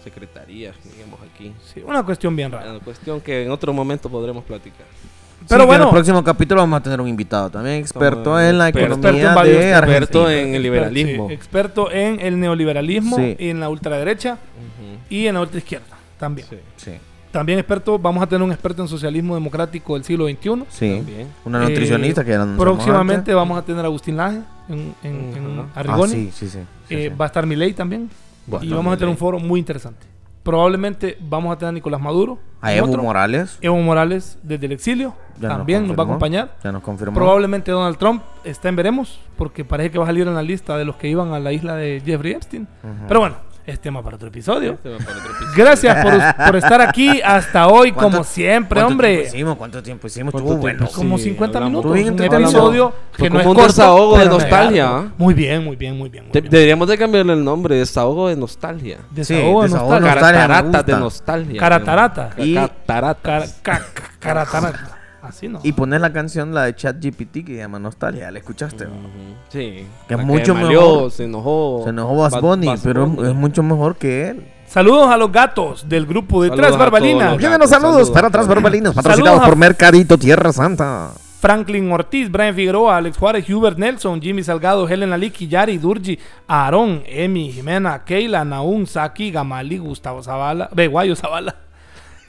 secretarías, digamos aquí. Sí, una cuestión bien rara. Una cuestión que en otro momento podremos platicar. Pero Sí, que En bueno, el próximo capítulo vamos a tener un invitado también, experto Estamos- en la experto economía en varios- de experto Experto Argentina. en el liberalismo. sí, experto en el neoliberalismo, Sí. en la ultraderecha y en la ultraizquierda también. Ujú, sí, Sí, También experto, vamos a tener un experto en socialismo democrático del siglo XXI. sí. También. Una nutricionista Eh, que era Próximamente vamos a tener a Agustín Laje en, en, en Ajá. Arrigoni. Ah, sí, sí, sí. sí, Eh, sí. Va a estar Milei también. Bueno, y vamos a tener un foro muy interesante. Probablemente vamos a tener a Nicolás Maduro. A Evo otro. Morales. Evo Morales desde el exilio ya también nos va a confirmó, acompañar. Ya nos confirmó. Probablemente Donald Trump está en veremos, porque parece que va a salir en la lista de los que iban a la isla de Jeffrey Epstein. Pero bueno, es tema para otro episodio. Este va para otro episodio. Gracias por, por estar aquí hasta hoy, como ¿Cuánto- siempre, ¿Cuánto hombre. pues tiempo hicimos? ¿Cuánto tiempo hicimos? ¿Cuánto Estuvo tiempo? bueno. Como Sí, 50 hablamos. minutos. Bien Un entretenido. episodio Fue que no como es un corto, desahogo de pero me nostalgia, agarra. ¿ah? Muy bien, muy bien, muy bien. muy De- bien. deberíamos de cambiarle el nombre, desahogo de nostalgia. Desahogo de desahogo nostalgia. nostalgia. me Cataratas de gusta. nostalgia. Caratarata. Y... Car- Cataratas. ca- ca- Caratarata. Así no. Y poner la canción, la de ChatGPT, que se llama Nostalgia. ¿La escuchaste? bro? Ujú, Sí. Que La es mucho maleó, mejor. Se enojó. Se enojó Bad Bad- Bunny, Bad pero Bunny. es mucho mejor que él. Saludos a los gatos del grupo de Saludos Tres a todos Barbalinas. los Llegan los Pues Gatos, saludos saludos. para Tras Barbalinos, Saludos patrocinados a- por Mercadito Tierra Santa. Franklin Ortiz, Brian Figueroa, Alex Juárez, Hubert Nelson, Jimmy Salgado, Helen Aliki, Yari, Durgi, Aarón, Emi, Jimena, Keila, Naún, Saki, Gamali, Gustavo Zavala, Beguayo Zavala,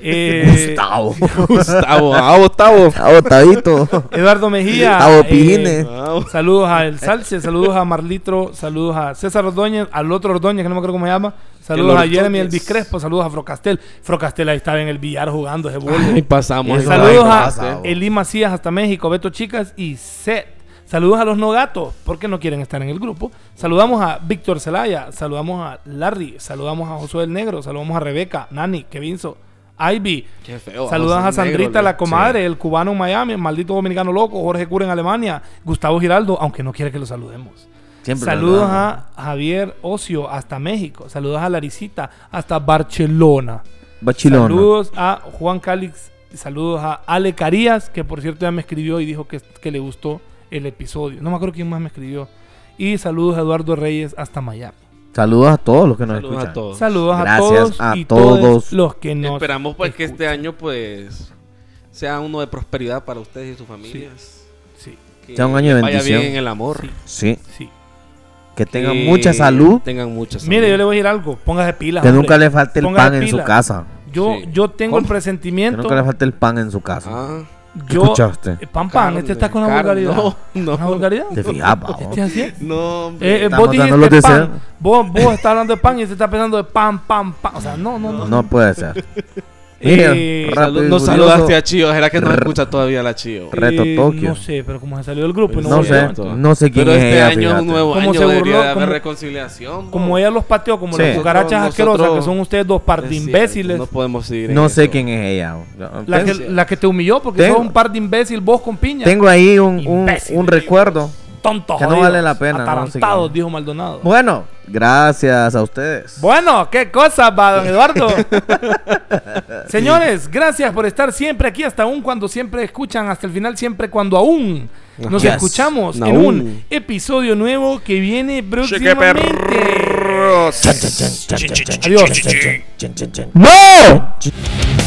eh, Gustavo. Gustavo. Ah, Gustavo. A Otavito. Eduardo Mejía, A eh, Opines. Ah, saludos a El Salce, saludos a Marlitro, saludos a César Ordóñez, al otro Ordóñez que no me acuerdo cómo se llama, saludos El a Jeremy Ordóñez. Elvis Crespo, saludos a Frocastel, Frocastel ahí estaba en el billar jugando ese bolo. Ahí pasamos. Eso Ahí Eh, Saludos va, a ahí va. Eli Macías hasta México, Beto Chicas y Seth. Saludos a los no gatos, porque no quieren estar en el grupo. Saludamos a Víctor Celaya, saludamos a Larry, saludamos a Josué el Negro, saludamos a Rebeca, Nani, Kevinzo, Ivy. Qué feo, Saludamos José a el Negro, Sandrita, loco. la comadre, el cubano en Miami, el maldito dominicano loco, Jorge Cura en Alemania, Gustavo Giraldo, aunque no quiere que lo saludemos. Siempre Saludos saludamos. a Javier Ocio hasta México. Saludos a Laricita hasta Barcelona. Bachilona. Saludos a Juan Calix, saludos a Ale Carías, que por cierto ya me escribió y dijo que, que le gustó el episodio. No me acuerdo quién más me escribió. Y saludos a Eduardo Reyes hasta Miami. Saludos a todos los que nos Saludos escuchan. a todos. Saludos a Gracias todos a y todos todos. los que nos Esperamos pues que este escuchan. año pues sea uno de prosperidad para ustedes y sus familias. Sí, Que Sea un año de les Vaya bendición. bien en el amor. Sí. sí. que tengan que mucha salud, Eh, Tengan mucha salud. Mire, yo le voy a decir algo. Póngase pilas. que hombre. nunca le falte el Póngase pan en su pilas. casa. Yo, Sí. yo tengo el ¿Cómo? Que presentimiento. nunca le falte el pan en su casa. Ah, Yo, escuchaste? Eh, Pan Pan, este está con una Carne, vulgaridad. no, no. ¿Una vulgaridad? Te fijas, pa, vos. Este así es. no, hombre. Eh, eh, Estamos vos dando los dijiste pan. deseos. Vos, vos estás hablando de pan y se está pensando de pan, pan, pan. O sea, no, no, no. No puede ser. Eh, Mira, rápido Salud- y no furioso. saludaste a Chio, ¿será que no escucha todavía la Chio? Eh, Reto Tokio. No sé, pero como se salió del grupo. no voy a sé, llevar. no sé quién Pero es este ella, año es un fíjate. nuevo Como año, se burló, debería de haber como- reconciliación. Como ella los pateó, como Sí. las cucarachas Nosotros- asquerosas que nosotros- son ustedes dos par de Es imbéciles. cierto, No podemos seguir. en No sé eso. quién es ella. Yo- la, que, ten- la que te humilló porque Tengo- sos un par de imbécil, vos con piña. Tengo ahí un, un- Imbécil. un recuerdo. Tontos, que no jodidos, vale la pena, no sé Atarantados, quién. dijo Maldonado. Bueno, gracias a ustedes. Pues, Bueno, qué cosa, va, don Eduardo. Señores, gracias por estar siempre aquí, hasta aún cuando siempre escuchan, hasta el final, siempre cuando aún nos Yes. escuchamos en Aún. un episodio nuevo que viene próximamente. Adiós. Adiós. ¡No!